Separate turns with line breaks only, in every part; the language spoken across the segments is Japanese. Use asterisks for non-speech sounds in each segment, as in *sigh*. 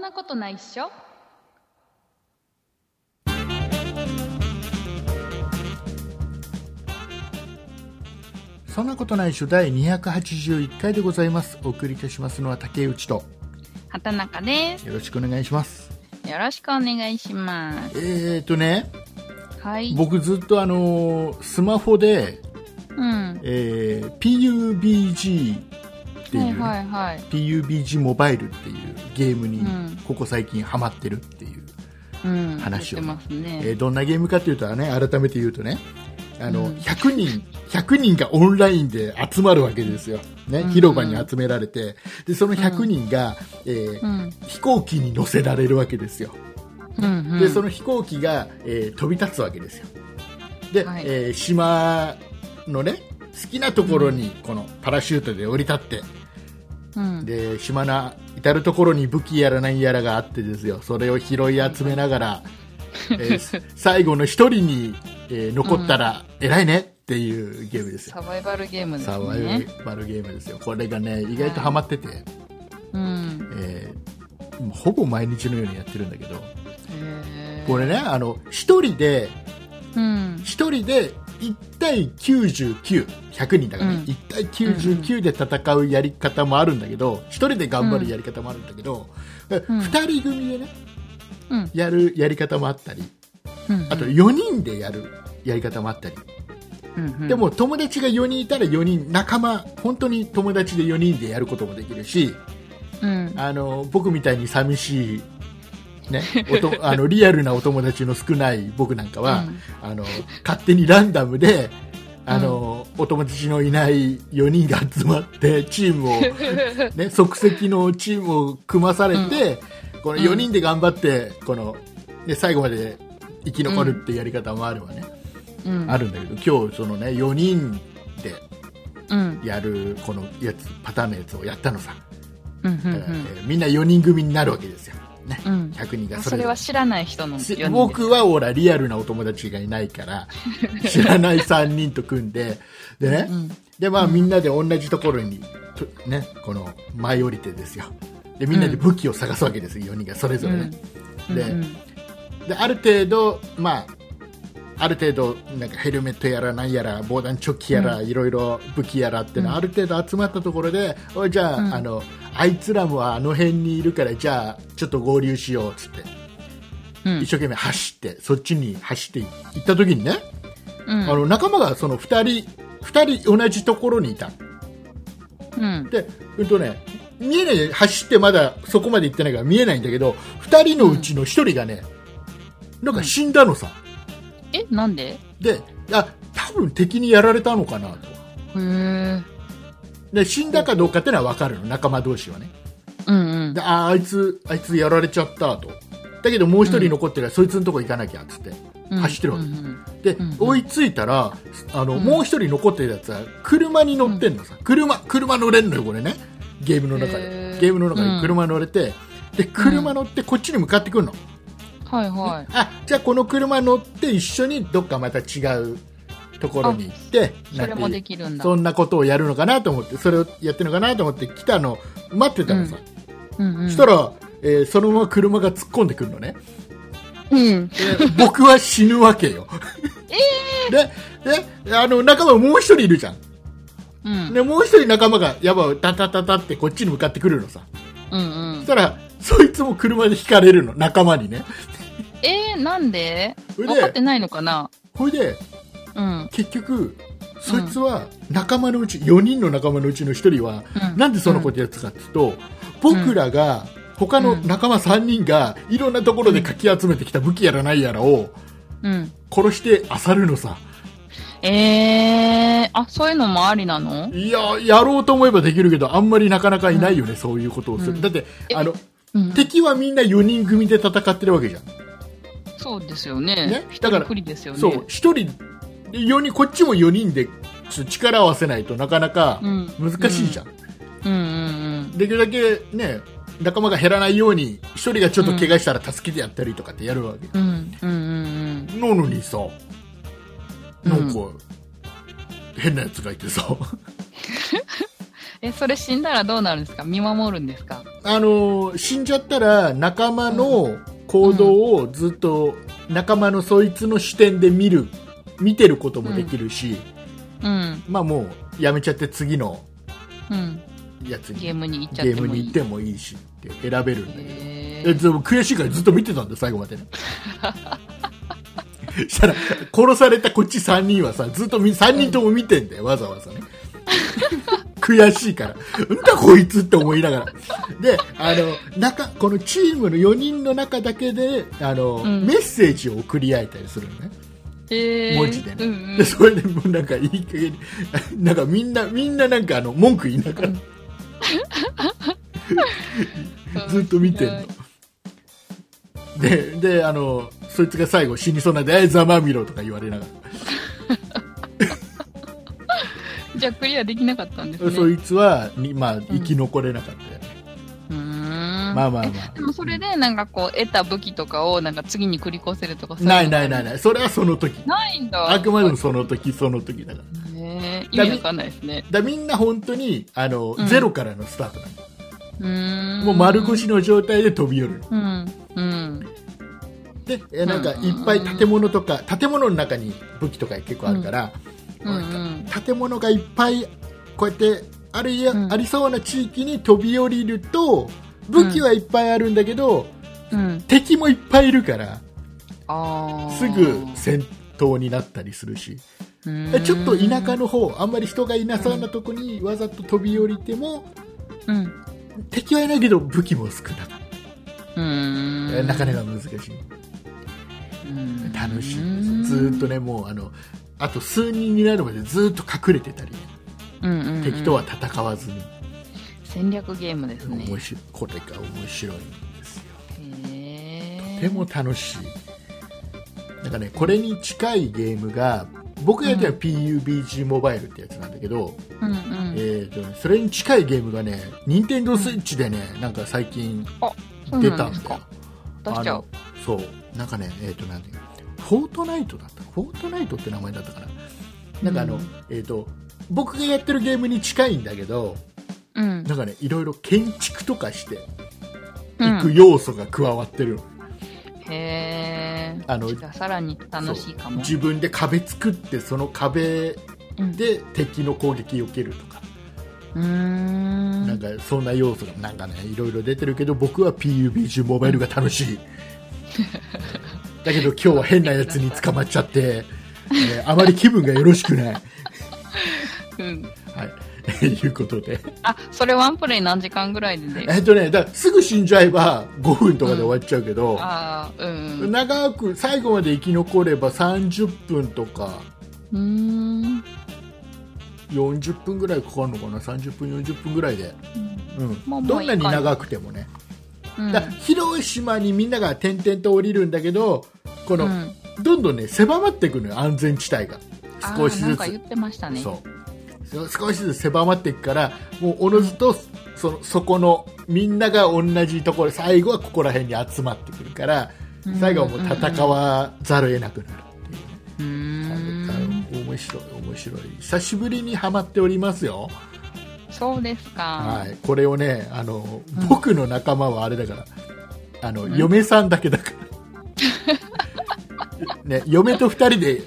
なことないっしょ
そんなことないっしょ第281回でございますお送りいたしますのは竹内と
畑中で
よろしくお願いします
すよろしくお願いします
えーとね
はい
僕ずっとあのースマホで、
うん
えー PUBG っていう
は
ね、
いはいはい
PUBG モバイルっていうゲームに
うん
ここ最近ハマってるっていう、
うん
話を
言ってますね、
えーどんなゲームかというとね改めて言うとねあの、
うん
100人100人がオンラインで集まるわけですよ、ね
うん
広場に集められてでその100人が、えー
うん
飛行機に乗せられるわけですよ
うんうん
でその飛行機が、えー飛び立つわけですよで、
はい
えー島のね好きなところにこのパラシュートで降り立って
うん
で島の至る所に武器やら何やらがあってですよそれを拾い集めな
*laughs*
がら、えー最後の一人に、えー残ったら偉いねっていうゲームですよ、
サバイバルゲームですね
サバイバルゲームですよこれがね意外とハマってて、
うん
えーもうほぼ毎日のようにやってるんだけど
へー
これねあの一人で
うん
一人で1対99100人だからね、
うん
1対99で戦うやり方もあるんだけど一人で頑張るやり方もあるんだけど、二
ん
2人組でね
うん
やるやり方もあったり
うん
あと4人でやるやり方もあったり、
うんうん
でも友達が4人いたら4人仲間本当に友達で4人でやることもできるし
うん
あの僕みたいに寂しい、ね、おと *laughs* あのリアルなお友達の少ない僕なんかは、
うん
あの勝手にランダムであの、お友達のいない4人が集まってチーム
*laughs*
を、ね、即席のチームを組まされて、この4人で頑張ってこの、ね、最後まで生き残るっていうやり方もあればね、
うん
あるんだけど今日その、ね、4人で
うん
やるこのやつパターンのやつをやったのさ、
うんうんう
だからえ
ん
ーみんな4人組になるわけですよ、ね
うん
100人が
そ
それ
れ
ぞれ
は知らない人の4人です
僕はほらリアルなお友達がいないから
*laughs*
知らない3人と組んででね、
うん
でまあみんなで同じところにとねこの舞い降りてですよでみんなで武器を探すわけですよ、4人がそれぞれね、で
うんうん
である程度まあある程度なんかヘルメットやらなんやら防弾チョッキやら、いろいろ武器やらっていうのはある程度集まったところで、おいじゃあ,、
うん
あのあいつらもあの辺にいるからじゃあちょっと合流しようっつって
うん
一生懸命走ってそっちに走って行った時にね、
うん
あの仲間がその2人2人同じところにいた
うん
で、うんとね、見えない走ってまだそこまで行ってないから見えないんだけど2人のうちの1人がね、なんか死んだのさ、
えなんでへ
であ多分敵にやられたのかなと
え
で死んだかどうかってのは分かるの仲間同士はね
うんうん
でああいつあいつやられちゃったとだけどもう1人残ってるから、そいつのとこ行かなきゃっつって
うん
走ってるわ
う
け
んうん
で、
うんうん
追いついたらあの、
うん
もう一人残ってるやつは車に乗ってんのさ、車車乗れんのよこれねゲームの中
へ
で
ー
ゲームの中で車乗れて、で車乗ってこっちに向かってくるの、
はいはい
あじゃあこの車乗って一緒にどっかまた違うところに行って
それ
な
も
んて
で
いう
きるんだ
そんなことをやるのかなと思ってそれをやってるのかなと思って来たの待ってたのさ、
うんうん
そしたら、えーそのまま車が突っ込んでくるのね
うん
で *laughs* 僕は死ぬわけよ。でであの仲間もう一人いるじゃん、
うん
でもう一人仲間がやばいタタタタってこっちに向かってくるのさ
うんう
そし
ん
たらそいつも車で引かれるの仲間にね
えーなんで
それで
分かってないのかな
ほいで
うん
結局そいつは仲間のうち、4人の仲間のうちの一人は、
うん
なんでそのことやってたかっていうと僕らが他の仲間3人がいろんなところでかき集めてきた武器やらないやらを
うん
殺して漁るのさ
えーあそういうのもありなの
いや、やろうと思えばできるけど、あんまりなかなかいないよね、そういうことをする。
うん
だって、
え
あの、
うん
敵はみんな4人組で戦ってるわけじゃん。
そうですよね
ね
一
だから
人くりですよね
そう、1人、で4人、こっちも4人でちょ力を合わせないとなかなか
うん
難しいじゃん。
うんうん
できるだけね、仲間が減らないように、1人がちょっと怪我したら助けてやったりとかってやるわけ。
うんうんうんうん
なのにさ、なんか、
う
変なやつがいてさ、
えそれ死んだらどうなるんですか見守るんですか
あのー死んじゃったら仲間の行動をずっと仲間のそいつの視点で見る見てることもできるし、
うん。
まあもうやめちゃって次の
うん。
やつに
ゲームに行っちゃっ
ゲ
て
ーム
も
に
い
行っ
い。
てもいいしって選べるんだけど
へ
え
ー
でも悔しいからずっと見てたんだよ最後までねしたら殺されたこっち3人はさずっとみ3人とも見てんだよ、わざわざね悔しいからんだこいつって思いながらであの中このチームの4人の中だけであの、
うん
メッセージを送り合えたりするのね
へー
文字でね、
うんうん
でそれでもうなんかいい加減になんかみんなみんななんかあの文句言いながらずっと見てんのでであのそいつが最後死にそうなんで「えざまみろ」とか言われなが
じゃあクリアできなかったんです
ら、
ね。
そいつはに、まあ、生き残れなかったよね、
うーん
まあまあまあ
えでもそれでなんかこう得た武器とかをなんか次に繰り越せるとか
ないないない
い。
ないそれはその時
ないんだ。
あくまでもその時その時だから
ねえ意味わかんないですね。
だからみんな本当にあの、
うん
ゼロからのスタートなの
うーん。
もう丸腰の状態で飛び降りるの
うん。うん。
でえなんか
うん
いっぱい建物とか建物の中に武器とか結構あるから、
うんうん。
建物がいっぱいこうやってあるいや、
うん
ありそうな地域に飛び降りると武器はいっぱいあるんだけど、
うん。
敵もいっぱいいるから
ああ。
すぐ戦闘になったりするし
え
えちょっと田舎。の方あんまり人がいなそうなとこにわざと飛び降りても
うん。う
敵はいないけど武器も少なく
ー
え
ん。
なかなか難しい
うん
楽しいんですずーっと。ねもうあのあと数人になるまでずーっと隠れてたりね
うんうんうん
敵とは。戦わずに
戦略ゲームですね。
面白いこれが面白いんですよ
へ
と
え。
ても楽しいなんかねこれに近いゲームが僕がやったのは PUBG モバイルってやつなんだけど、
うんうん。
えーとねそれに近いゲームがね任天堂スイッチでねなんか最近
そう
出
な
た
ん
ん
です
だよ
か。出しちゃう。
あのそうなんかねえっ、となんていうのフォートナイトだったフォートナイトって名前だったかななんかあの、
うん
えっ、と僕がやってるゲームに近いんだけど
うん。
なんかねいろいろ建築とかして
う
い
ん
く要素が加わってるの、
へえ。
あの
じゃあさらに楽しいかも。
自分で壁作ってその壁
うん
で敵の攻撃を受けるとか、
うーん。
なんかそんな要素がなんかねいろいろ出てるけど僕は PUBG モバイルが楽し
*laughs*
い、だけど今日は変なやつに捕まっちゃって、えーあまり気分がよろしくないは
うん。
い *laughs* いうことで
あ、それワンプレイ何時間ぐらいでね。
えっとねだからすぐ死んじゃえば5分とかで終わっちゃうけど、
ああ、うんうん。う
長く最後まで生き残れば30分とか
ーん。
40分ぐらいかかるのかな30分40分ぐらいで、うん
まあ
どんなに
まあいいか
長くてもね
うん
だから広い島にみんなが点々と降りるんだけどこの、
うん
どんどんね狭まっていくのよ安全地帯が少し
あーな
ず
ん
つ
か言ってましたね。
そうそう少しずつ狭まっていくからもうおのずとそのそこのみんなが同じところ最後はここら辺に集まってくるから
うん
最後はもう戦わざるを得なくなるっていうね
うーん。
あの面白い面白い久しぶりにハマっておりますよ、
そうですか。
はい、これをねあの、
ん
僕の仲間はあれだからあの、嫁さんだけ
*laughs*
だから、ね、嫁と二人で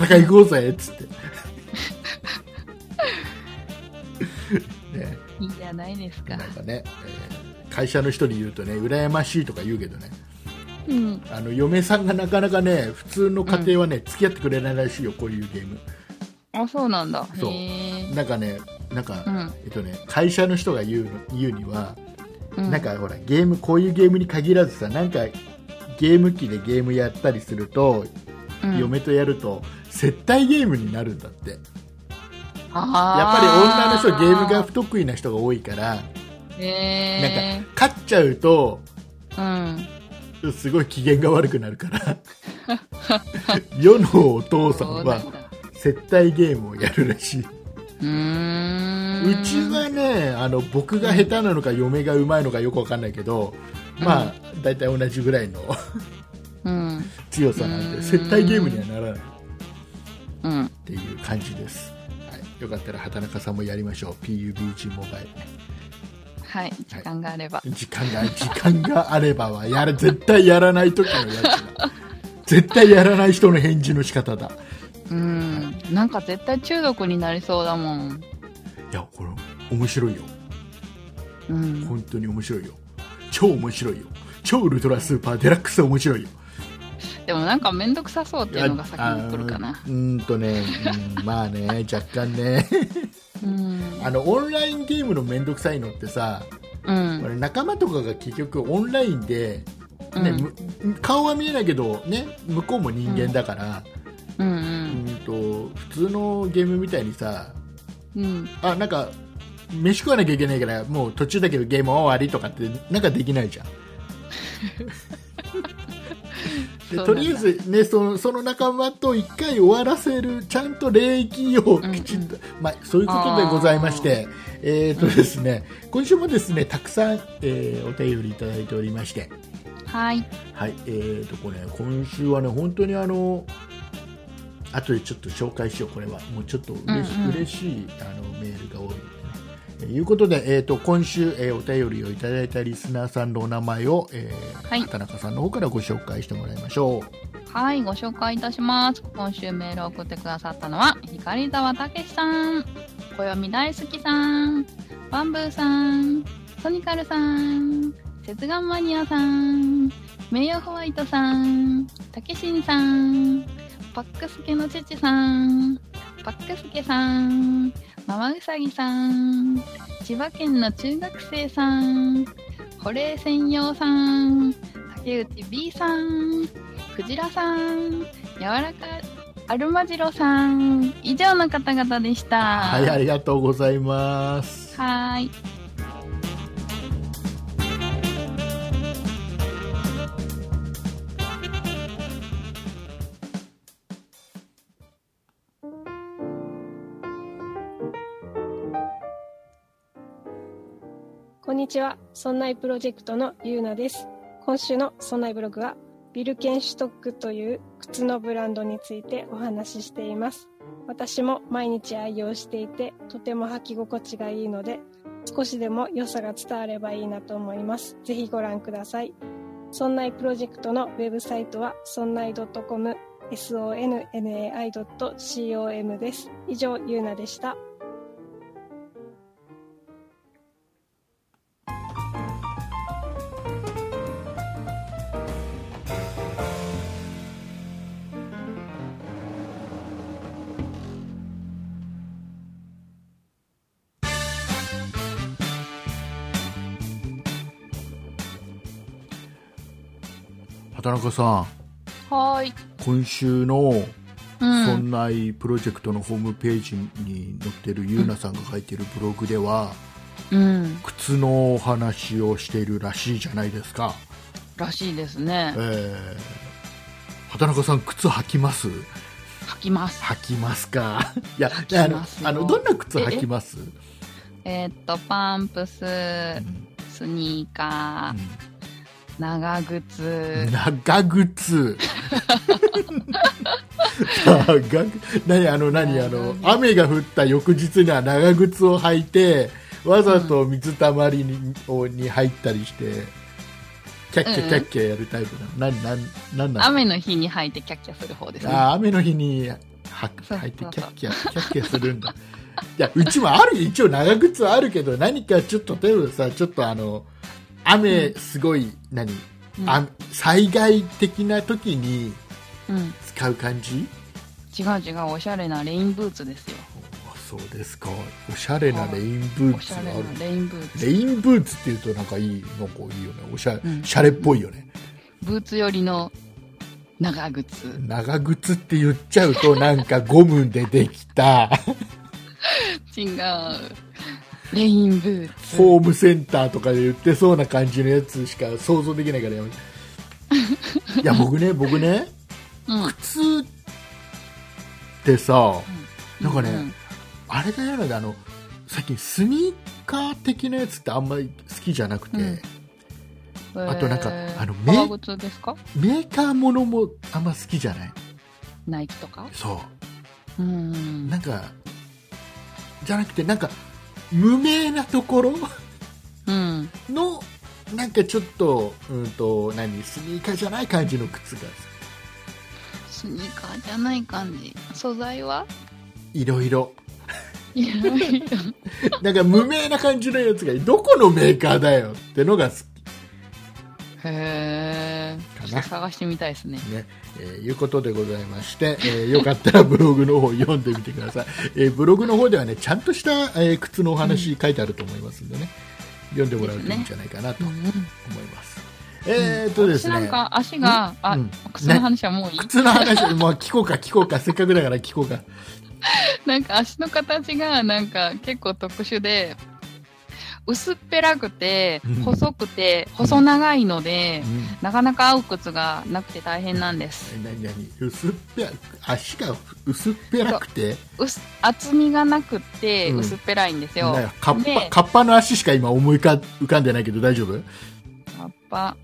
戦い行こうぜっつって、ね、
い。いじゃないです
な
か
ん。かね、えー会社の人に言うとね羨ましいとか言うけどね
うん。
あの嫁さんがなかなかね普通の家庭はね、付き合ってくれないらしいよこういうゲーム
あ、そうなんだ。
そう
へえ。
なんかねなんか、
うん
えっとね、会社の人が言うの言うには、
う
なん、かほらゲームこういうゲームに限らずさなんかゲーム機でゲームやったりすると、
うん。
嫁とやると接待ゲームになるんだってやっぱ
あ
り女の人ゲームが
ー
不得意な人が多いからな
へ
んか勝っちゃうと
え。うん。
すごい機嫌が悪くなるから
*laughs*
世のお父さ
そうんな
は
んだ。
接待ゲームをやるらしい、
うー。
うんちはねあの僕が下手なのか嫁がうまいのかよくわかんないけどまあ大体同じぐらいの
うん。
強さなん
う
で
ん
接待ゲームにはならない
うん。
っていう感じです、はい、よかったら畑中さんもやりましょう PUBG モバイル
はい、時間があれば。
時間が時間があればはやら絶対やらない時のやつだ絶対やらない人の返事の仕方だ
うん。なんか絶対中毒になりそうだもん。
いやこれ面白いよ
うん。
本当に面白いよ超面白いよ超ウルトラスーパーデラックス面白いよ
でもなんかめんどくさそうっていうのが先に来るかな
あ。ーうーんとね、うんまあね若干ね
うん。
あのオンラインゲームの面倒くさいのってさ
う
こ
ん。
れ仲間とかが結局オンラインで、
う
ね
ん。
む顔は見えないけど、ね、向こうも人間だから、
う。
うんん、と普通のゲームみたいにさ
うん。
あなんか飯食わなきゃいけないからもう途中だけどゲーム終わりとかってなんかでき *laughs* ないじゃん。でとりあえず、ね、そのその仲間と一回終わらせるちゃんと礼儀をきちんと、まあ、そういうことでございまして、えーとですね、今週もですねたくさん、えーお便りいただいておりまして、
はい。
はいえーとこれ今週はね本当にあの後でちょっと紹介しようこれはもうちょっと嬉し,、
うんうん
嬉しいあのメールが多いですね。えーいうことで、えー、と今週、えーお便りをいただいたリスナーさんのお名前を、えー
はい
畑中さんの方からご紹介してもらいましょう。
はい、ご紹介いたします。今週メールを送ってくださったのは、光沢武さん、暦大好きさん、バンブーさん、ソニカルさん、節眼マニアさん、名誉ホワイトさん、たけしんさん、パックスケの父さん、パックスケさん、ママウサギさん、千葉県の中学生さん、保冷専用さん、竹内 B さん、クジラさん、柔らかアルマジロさん、以上の方々でした。
はい、ありがとうございます。
はーい。
こんにちは。そんないプロジェクトのゆうなです。今週のそんないブログは、ビルケンシュトックという靴のブランドについてお話ししています。私も毎日愛用していて、とても履き心地がいいので、少しでも良さが伝わればいいなと思います。ぜひご覧ください。そんないプロジェクトのウェブサイトは、そんない .com、sonnai.com です。以上、ゆうなでした。
畑中さん、
はーい。
今週の
う
「そ
ん。
んないプロジェクト」のホームページに載ってるゆうなさんが書いてるブログでは、
うん。
靴のお話をしているらしいじゃないですか。
らしいですね
え。ー、畑中さん、靴履きます
書きます。
履きますか。 *laughs* いや、
きますよ
あの、あのどんな靴履きます
えーっと、パンプス、
うん
スニーカー、長靴
うん、長靴。長靴何あの何あの雨が降った翌日には長靴を履いてわざと水たまりに,、に入ったりしてキャッキャキャッキャやるタイプなの、何なん、なんなん
雨の日に履いてキャッキャする方ですね。
あー雨の日には
そう
履いてキャッキャキャッキャする
*laughs*
んだいやうちもあるよ一応長靴はあるけど何かちょっと例えばさちょっとあの雨すごい、何
うん
あ災害的な時に
うん。
使う感じ
違う違う、おしゃれなレインブーツですよ。
あそうですかおしゃれなレインブー
お
ツ
し
が
ゃ
あ
れ
る
なレインブー
レ
ツ。
インブーツっていうとなんかいいなんかいいよねおしゃれ、
うん
シャレっぽいよね
ブーツよりの長靴。
長靴って言っちゃうとなんかゴムでできた
違う。レインブーツ。
ホームセンターとかで売ってそうな感じのやつしか想像できないから
*laughs*
やめていや僕ね僕ね
うん。
靴ってさなんかね、
うん
あれが嫌なんだあの最近スニーカー的なやつってあんまり好きじゃなくて、
うん
あとなんか
えー
あのめ
革靴ですか
メーカーものもあんま好きじゃない
ナイキとか。
そううんなんかじゃなくてなんか無名なところ *laughs*
うん。
のなんかちょっと,、うん、と何スニーカーじゃない感じの靴が
スニーカーじゃない感じ。素材はい
ろいろ
いや、
なんか無名な感じのやつがいいどこのメーカーだよってのが好
へえ。
かな
ちょっと探してみたいですね。
きね、えーいうことでございまして、えーよかったらブログの方読んでみてください、えーブログの方ではねちゃんとした、えー靴のお話書いてあると思いますんでね、読んでもらうといいんじゃないかなと思います、えーっとです
私
ね、
なんか足が、あ、
うん
靴の話はもういい、
靴
*laughs*
の話、もう聞こうか聞こうか、せっかくだから聞こうか。
なんか足の形がなんか結構特殊で、薄っぺらくて
うん、
細くて、細長いので、
う
なかなか合う靴がなくて大変なんです。
ん、何何薄っぺら足が薄っぺらくて、
薄厚みがなくって
うん
薄っぺらいんですよ。
なんかカッパ
で
カッパの足しか今思い浮か浮かんでないけど大丈夫
カッパ。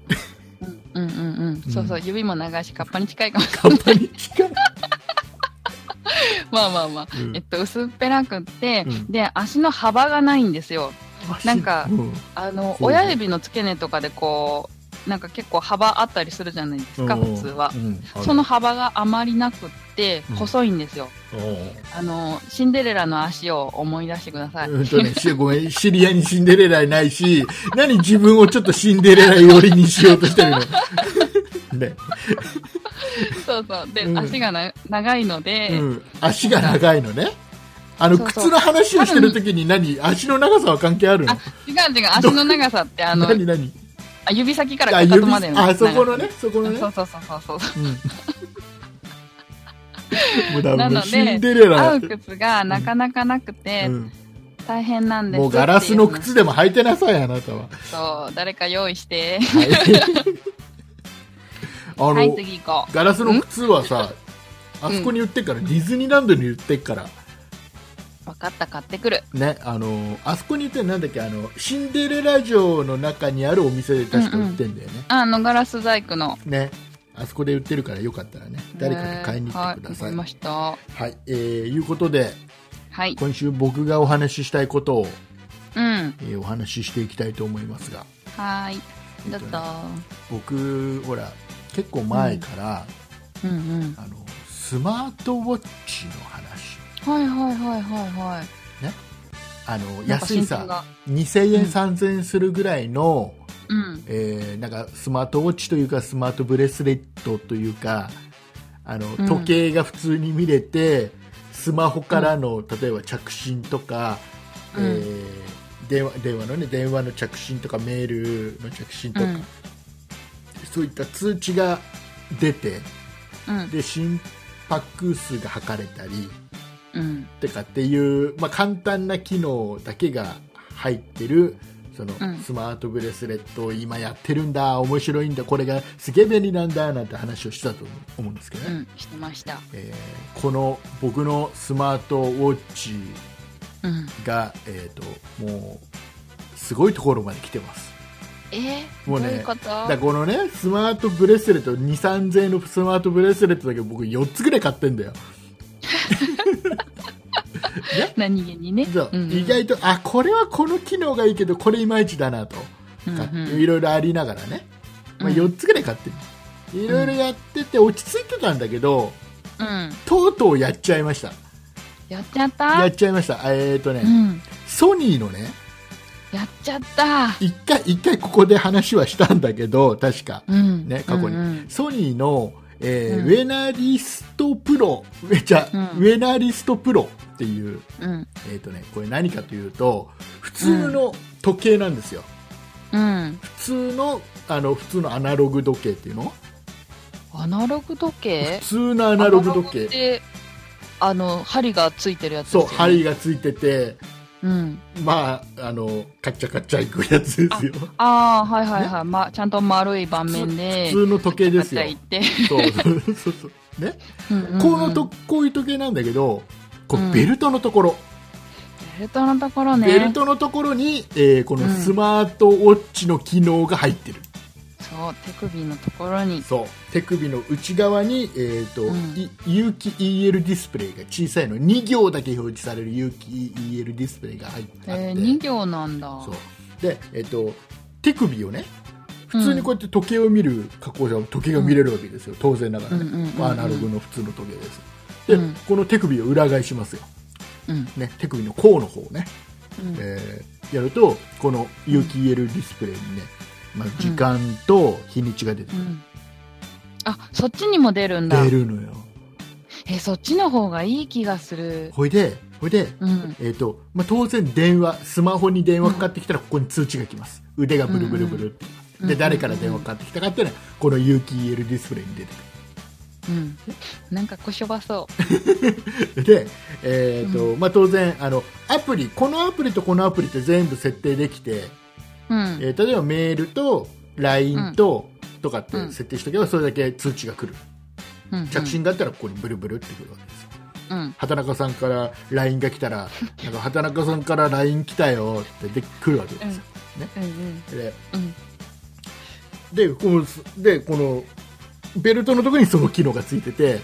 うんうんうん
う
うんん。そうそう、指も長いし、カッパに近いかも。
カッパに近い。
まあまあまあ。
うん
えっと、薄っぺらくって、
うん
で、足の幅がないんですよ。
足
なんか
うん
あの、
そう
親指の付け根とかでこう、なんか結構幅あったりするじゃないですか、普通は
う。ん
その幅があまりなくって
うん、
細いんですよ。
う
あの、シンデレラの足を思い出してください。
んうんとね、しごめん、知り合いにシンデレラいないし、何自分をちょっとシンデレラ寄りにしようとしてるの。ね、
そうそう。で、
うん
足がな長いので、
うん、足が長いのね。あの、
そうそう
靴の話をしてるときに何足の長さは関係あるの
あ、違う違う、足の長さって、あの、
何何
あ指先から
あ、
かかと
指
までの
あ、そこ
長さ
のね、そこのね。
そうそうそうそうそう。
うん。もうダメだ
なので
シンデレラ
合う。靴がなかなかなくて
う、ん
大変なんです
もうガラスの靴でも履いてなさい、あなたは。
そう、誰か用意して。
あの、
はい、次行こ
ガラスの靴はさ、あそこに売ってっから、ディズニーランドに売ってっから、
う。分かった、買ってくる。
ね、あの、あそこに売ってるなんだっけ、あの、シンデレラ城の中にあるお店で確か売ってんだよね。
あの、ガラス細工の。
ね。あそこで売ってるからよかったらね、誰かが買いに来てくだ
えーは
さい。
い、わかりま
はい、
した。
えー、いうことで、
はい。
今週僕がお話ししたいことを、
うん。
えーお話ししていきたいと思いますが
はーい。どうぞ。
僕ほら結構前から、
うんうん。
あのスマートウォッチの話
はいはいはいはいはい。
あの
なんか
安い
進展
さ
が。
2000円、
うん
3000円するぐらいの、
うん。
えーなんかスマートウォッチというかスマートブレスレットというかあの
ん
時計が普通に見れて、スマホからの、例えば着信とか、
うん
えー電話電話のね電話の着信とかメールの着信と
う
か、
ん。
そういった通知が出て
うん。
で心拍数が測れたり
うん。
とかっていう、まあ、簡単な機能だけが入ってるその
うん
スマートブレスレットを今やってるんだ面白いんだこれがすげえ便利なんだなんて話をしたと思うんですけ
う
どね、
ん。してました。
えーこの僕のスマートウォッチ
うん。
が、えー、ともうすごいところまで来てます
えー、
もうね
どういうこと
だからこのねスマートブレスレット2 3 0 0 0円のスマートブレスレットだけど僕4つぐらい買ってんだよ
何気にね。
そう
うんうん
意外とあこれはこの機能がいいけどこれいまいちだなと
うん
か
うん
いろいろありながらね、まあ、
うん
4つぐらい買ってるいろいろやってて落ち着いてたんだけど
うん。
とうとうやっちゃいました
やっちゃっ
や
た
っちゃいましたえっ、とね、
うん。
ソニーのね
やっちゃった。
一回一回ここで話はしたんだけど確か
うん。
ね過去に
うんうん
ソニーの、えー
うん
ウェナリストプロえじゃ
う
あ、
ん
ウェナリストプロっていう、
うん。
えーとね、これ何かというと普通の時計なんですよ、
うん。
普通のあの普通のアナログ時計っていうの
アナログ時計
普通のアナログ時
アナロ
計
グってあの針がついてるやつです
そう
よ、ね、
針がついてて
うん
まああのカッチャカッチャいくやつですよ
ああはいはいはい、ま、ちゃんと丸い盤面で
普通の時計ですよ
ガチャガチャ
そうそうそうそうね
言って、うんうんうん
このとこういう時計なんだけどこ
う
うんベルトのところ、
ベルトのところね
ベルトのところに、えーこの
うん
スマートウォッチの機能が入ってる、
そう手首のところに
そう手首の内側に、えーと
うん
い有機 EL ディスプレイが小さいの2行だけ表示される有機 EL ディスプレイが入ってあって、
えー、2行なんだ
そうで、えっと、手首をね普通にこうやって時計を見る加工者は時計が見れるわけですよ、当然ながら
う
ね、
んうんうんうん
まあアナログの普通の時計ですで、
うん
この手首を裏返しますよ、
うん
ね、手首の甲の方をね、
うん
えーやるとこの有機 EL ディスプレイにね、まあ、時間と日にちが出て
うんあそっちにも出るんだ
出るのよ
えそっちの方がいい気がする
ほいでほいで
うん
えーとまあ、当然電話スマホに電話かかってきたらここに通知が来ます腕がブルブルブルって、
うん
で誰から電話かかってきたかっていうのはこの有機 EL ディスプレイに出てくる
うんなんかこしょばそ
で、えーとまあ、当然あのアプリこのアプリとこのアプリって全部設定できて、
ううん
えー例えばメールと LINE と、とかって設定しておけばそれだけ通知が来る
うんうん
着信があったらここにブルブルってくるわけですよ
うん
畑中さんから LINE が来たらなんか畑中さんから LINE 来たよってで来るわけですよ、
うんうん
で
うん
でこのでこのベルトのところにその機能がついてて、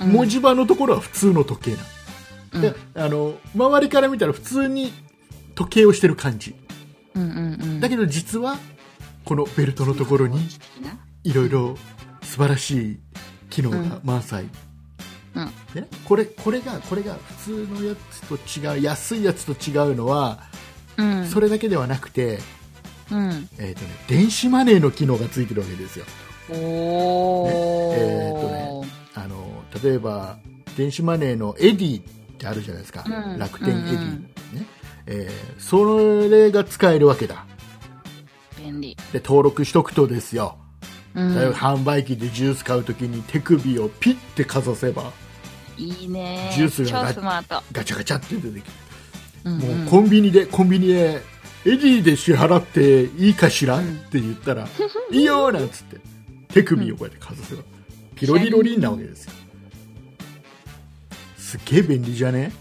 うん
文字盤のところは普通の時計なの
うん
であの周りから見たら普通に時計をしてる感じ
うんうんうん
だけど実はこのベルトのところにいろいろ素晴らしい機能が満載、
うん
でねこれこれがこれが普通のやつと違う安いやつと違うのは、
うん
それだけではなくて、
うん
えーとね、電子マネーの機能がついてるわけですよ
おお
ねえーっとねあの例えば電子マネーのエディってあるじゃないですか、
うん
楽天エディ、
うんうん
ねえーそれが使えるわけだ
便利
で登録しとくとですよ、
うん
例えば販売機でジュース買うときに手首をピッてかざせば
いいね
ジュースが
超スマート
ガチャガチャって出てきて、
うん
もうコンビニでコンビニでエディで支払っていいかしら、
うん
って言ったら *laughs* いいよなんつって手首をこうやってかざせばピロリロリンなわけですよすげえ便利じゃね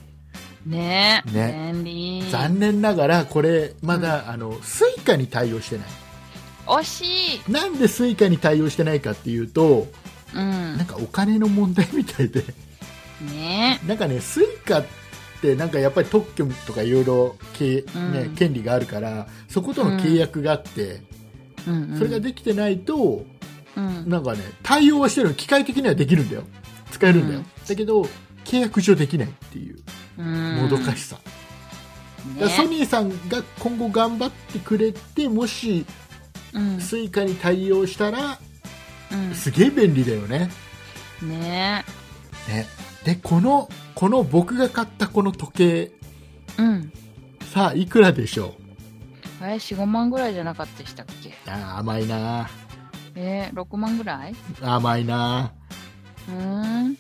ねえ
ね
便利
残念ながらこれまだ、あのスイカに対応してない
惜しい
なんでスイカに対応してないかっていうと
うん
なんかお金の問題みたいで *laughs*
ね
なんかねスイカってなんかやっぱり特許とかいろいろけ
うん
ね権利があるからそことの契約があって、
えうんうん
それができてないと
うん
なんかね対応はしてるの機械的にはできるんだよ使えるんだよ、
うん
だけど契約上できないっていう
うん
もどかしさ、だから
ね
ソニーさんが今後頑張ってくれてもし
うん
スイカに対応したら
う
すげえ便利だよね
んね
ねでこのこの僕が買ったこの時計
えうん
さあいくらでしょう
あれ45万ぐらいじゃなかったでしたっけ
あー甘いな
えー、6万ぐらい
甘いな
うーん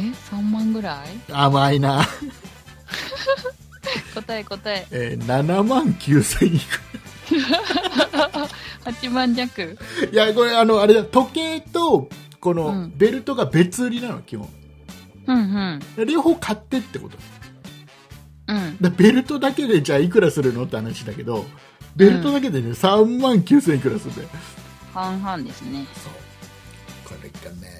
え3万ぐらい
甘いな、
答え答え
えー、7万9000いく
8万弱
いやこれあのあれだ時計とこ
う
の
ん
ベルトが別売りなの基本
うんうん
両方買ってってこと
うん
だベルトだけでじゃあいくらするのって話だけどベルトだけでね、3万9000いくらするんだよ
半々ですね
そうこれがね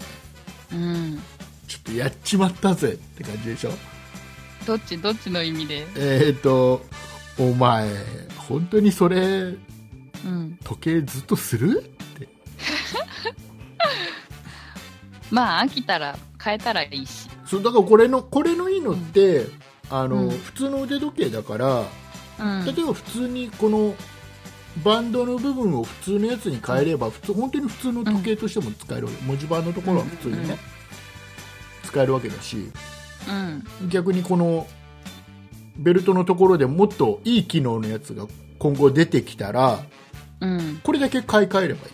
うん
ちょっとやっちまったぜって感じでしょ
どっちどっちの意味で
えっ、ー、とお前本当にそれ
うん
時計ずっとする
まあ飽きたら変えたらいいし
そうだからこれのこれのいいのって、あの
うん
普通の腕時計だから、
うん
例えば普通にこのバンドの部分を普通のやつに変えれば普通本当に普通の時計としても使えるわけ、文字盤のところは普通に
う
ね、
んうんうん
使えるわけだし
うん
逆にこのベルトのところでもっといい機能のやつが今後出てきたら
うん
これだけ買い替えればいい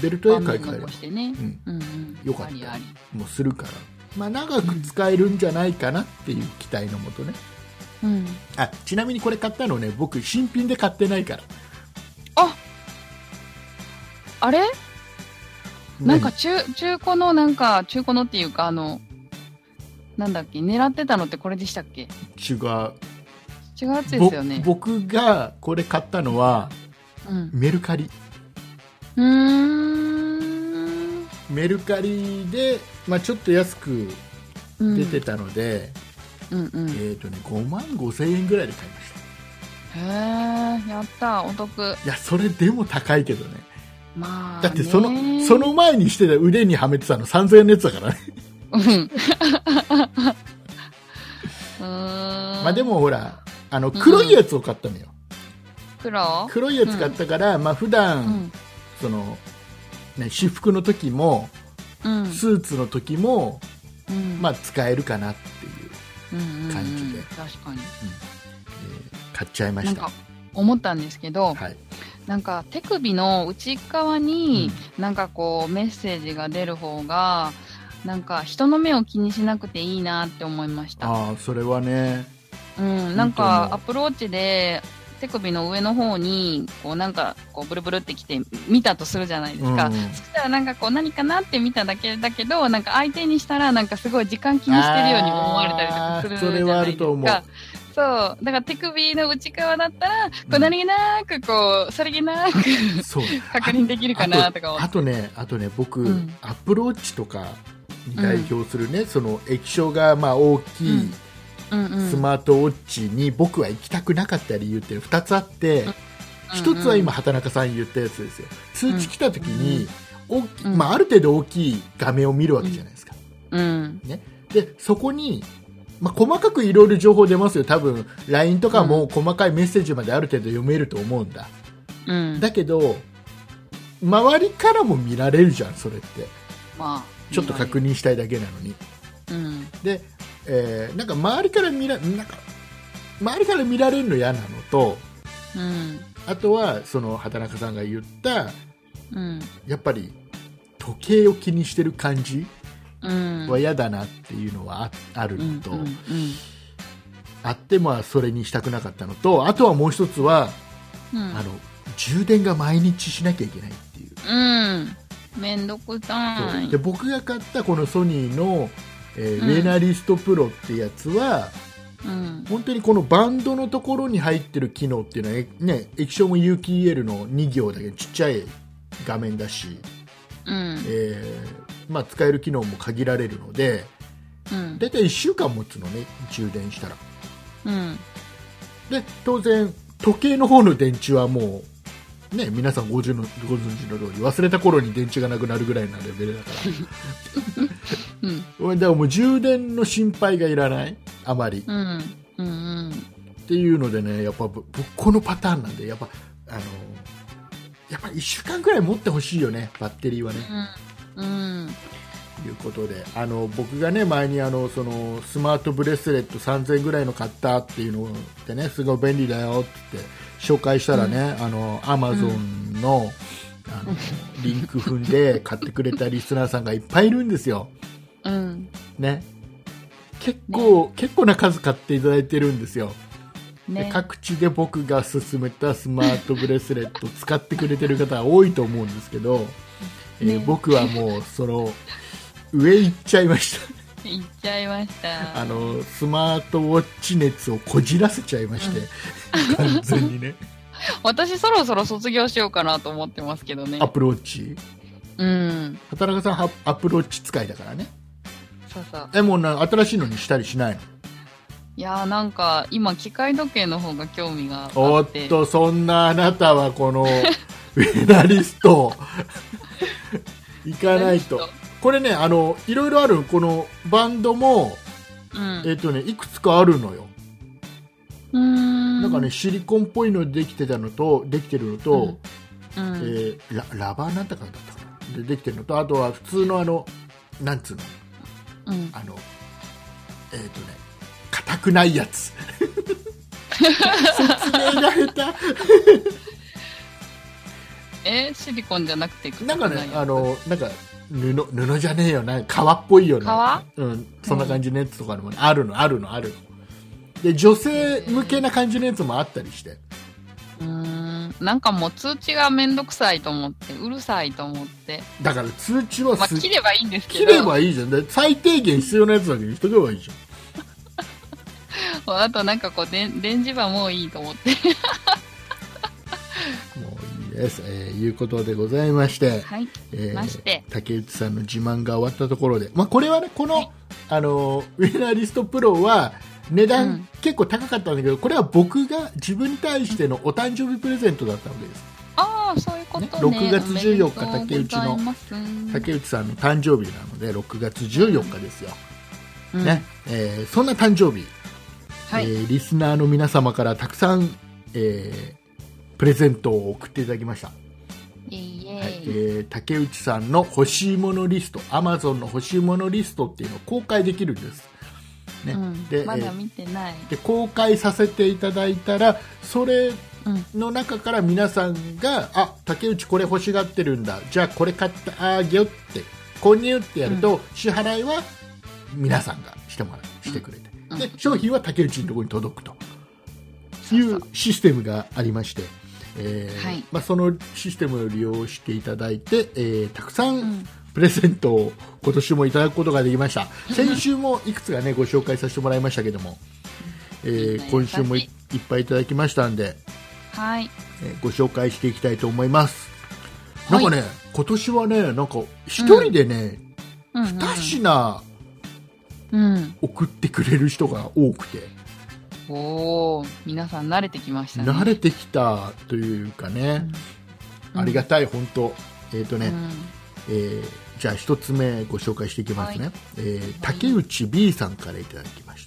ベルトへ買い替えれば
残してね
うん
うんうん
よかった
ありあり
もうするから、まあ、長く使えるんじゃないかなっていう期待のもとね
うん
あちなみにこれ買ったのね僕新品で買ってないから
あれなんか中、中古のなんか、中古のっていうか、あの、なんだっけ、狙ってたのってこれでしたっけ
違う
違うやつですよね。
僕がこれ買ったのは
うん。
メルカリ
うーん。
メルカリで、まあ、ちょっと安く
うん
出てたので、
うんうん。
えっ、とね5万5千円ぐらいで買いまし
へえやったお得
いやそれでも高いけどね
まあね
だってそのその前にしてた腕にはめてたの3000円のやつだからね、
うんうーん
まあでもほらあの黒いやつを買ったのよ、
黒
黒いやつ買ったから、まあ普段、
うん
そのね私服の時も
うん
スーツの時も、
うん
まあ使えるかなっていう、
うんうん
感じ
う
で
ん確かに
えー買っちゃいま
な
し
ん
た
か思ったんですけど、
はい
なんか手首の内側になんかこうメッセージが出る方がなんか人の目を気にしなくていいなって思いました、
ああそれはね
うん、なん
本当
か
も
アプローチで手首の上の方にこうなんかこうブルブルってきて見たとするじゃないですか、
うん
そしたらなんかこう何かなって見ただけだけどなんか相手にしたらなんかすごい時間気にしてるように思われたりとかするじゃないですか
あーそれはあると思う
そうだから手首の内側だったらこ
う
うん何気なくこうさりげなく
そう
確認できるかなとか思
あとねあとね僕、
うん
アプローチとかに代表するね、その液晶がまあ大きい
うんうん
スマートウォッチに僕は行きたくなかった理由って2つあって、一つは今、畑中さん言ったやつですよ通知来た時に、大き
うん
まあ、ある程度大きい画面を見るわけじゃないですか、
うん
でそこに、まあ、細かくいろいろ情報出ますよ多分 LINE とかも細かいメッセージまである程度読めると思うんだ、
うん
だけど周りからも見られるじゃんそれって
まあ
ちょっと確認したいだけなのに、
うん
で、えーなんか周りから見らなんか周りから見られるの嫌なのと
うん
あとはその畑中さんが言った
うん
やっぱり時計を気にしてる感じ
うん
は嫌だなっていうのはああるのと、
うんうん
あってまあそれにしたくなかったのとあとはもう一つは、
うん
あの充電が毎日しなきゃいけないっていう、
うんめんどくさ
そう
い
で僕が買ったこのソニーの、えー
うん
レナリストプロってやつは
うん
本当にこのバンドのところに入ってる機能っていうのはえ、ね、液晶も UKEL の2行だけどちっちゃい画面だし、
うん
えーまあ、使える機能も限られるので
うん
大体1週間持つのね充電したら
うん
で当然時計の方の電池はもうね皆さんご存知のご存知の通り忘れた頃に電池がなくなるぐらいなレベルだから
うん
だからもう充電の心配がいらないあまりっ
うんうんうん
ていうのでねやっぱ僕このパターンなんでやっぱあのやっぱ1週間ぐらい持ってほしいよねバッテリーはね
うん
ということであの僕がね前にあのそのスマートブレスレット3000円ぐらいの買ったっていうのってねすごい便利だよって紹介したらね、あのアマゾンの,、あのリンク踏んで買ってくれたリスナーさんがいっぱいいるんですよ、
うん
ね、結構、結構な数買っていただいてるんですよ、で
ね
各地で僕が勧めたスマートブレスレット使ってくれてる方は多いと思うんですけど、えー
ね
僕はもうその上行っちゃいました
いっちゃいました
あのスマートウォッチ熱をこじらせちゃいまして、完全
*laughs*
にね
私そろそろ卒業しようかなと思ってますけどね
アプローチ
うん
畑中さんはアプローチ使いだからね
そうそう
えもうな新しいのにしたりしないの
いやーなんか今機械時計の方が興味があ
お
っ
ってとそんなあなたはこの *laughs* ウェダリ
*laughs*
スト行かないとこれねあのいろいろあるこのバンドも、
うん
えっとね、いくつかあるのよ、
うーん
なんかねシリコンっぽいのできてたのとできてるのと、
うんうん
えーララバーなんだかだったかなでできてるのとあとは普通のあのなんつうの
うん
あのえっ、とね硬くない
*laughs*
やつ説明が下
えシリコンじゃなくて
手なんかね
やつ
あのなんか布布じゃねえよな革っぽいよな
革
うん、そんな感じのやつとかでもね、あるのあるのあるので女性向けな感じのやつもあったりして
うーんなんかもう通知がめんどくさいと思ってうるさいと思って
だから通知は
まあ
す
切ればいいんですけ
切
ど
ればいいじゃんで最低限必要なやつだけにしとけばいいじゃん
あとなんかこうでん電磁場もういいと思って
もういいです、えーいうことでございまして、
はい
えー
まして
竹内さんの自慢が終わったところで、まあ、これはねこの、あのウェラリストプロは値段、
うん
結構高かったんだけどこれは僕が自分に対してのお誕生日プレゼントだったわけです
ああ、そういうことね。
ね6月14日
おめでとうございます。
竹内さんの誕生日なので6月14日ですよ、
うん
ね。えーそんな誕生日、
はい
え。ーリスナーの皆様からたくさん、えープレゼントを送っていただきました、
イエイイ
はい
エ
え
イ。
ー竹内さんの欲しいものリスト Amazon の欲しいものリストっていうのを公開できるんです、ね
うん
で
ま
え
だ
ー
見てない。
で公開させていただいたらそれ
うん。
の中から皆さんがあ竹内これ欲しがってるんだじゃあこれ買ってあげよって購入ってやると、支払いは皆さんがしてもらうしてくれて、
うん
で商品は竹内のところに届くと
そ
いう
そう
うシステムがありまして、えー
はい
まあ、そのシステムを利用していただいて、えーたくさ
うんん
プレゼントを今年もいただくことができました先週もいくつか、ね、ご紹介させてもらいましたけども、えー
いいね
今週もい
優し
いっぱいいただきましたんで。
はい。
えーご紹介していきたいと思います。な
は
ん
い
かね、今年はね、なんか一人でね、
うん
二、品
うんうん。
送ってくれる人が多くて、
うん。おお、皆さん慣れてきましたね。
慣れてきたというかね、
うん
ありがたい、本当。えっ、とね、
うん
えーじゃあ一つ目ご紹介していきますね。
は
えー竹内 B さんからいただきまし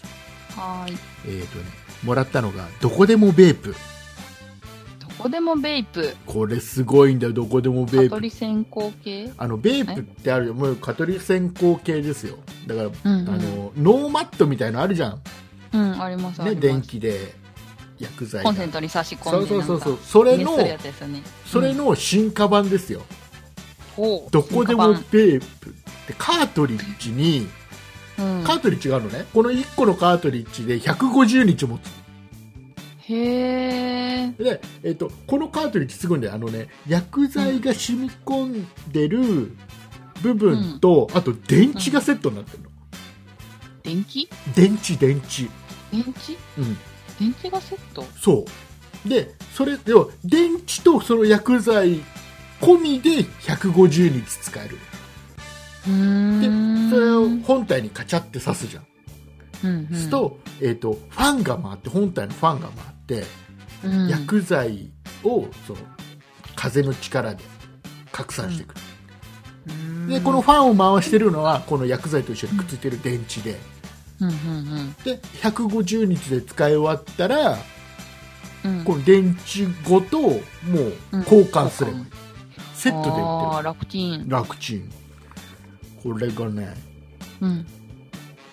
た。
はーい。
えっ、とね、もらったのが、どこでもベープ。
どこでもベイプ。
これすごいんだよ、どこでもベ
蚊
ープ
取り線香系
あのベープってあるよ、もう蚊取り線香系ですよ、だから、
うんうん
あのノーマットみたいのあるじゃん、
うん、ありますあ
ね、
ります
電気で薬剤
コ
が
ンセントに差し
そ
込ん
う
で
そうそう
な
そ
ん
う
か
それ
熱
の、
するやつですよね
それの進化版ですよ、
ほう
どこでもベープでカートリッジに、
うん
カートリッジがあるのねこの1個のカートリッジで150日持つ
へえ
で、えっとこのカートリッジすごいんだよあのね薬剤が染み込んでる部分と、あと電池がセットになってるの、
電気
電池電池
電池
うん
電池がセット
そうでそれでは電池とその薬剤込みで150日使える
うーん
でそれを本体にカチャって刺すじゃん、
うんうん
すると,、えー、とファンが回って本体のファンが回って、
うん
薬剤をその風の力で拡散していくる、
うん
でこのファンを回してるのはこの薬剤と一緒にくっついてる電池で
うんうん
で150日で使い終わったら
うんうん
この電池ごともう交換すればいい、
うん
セットで売ってる
あー楽ちん
楽ちんこれがね、
うん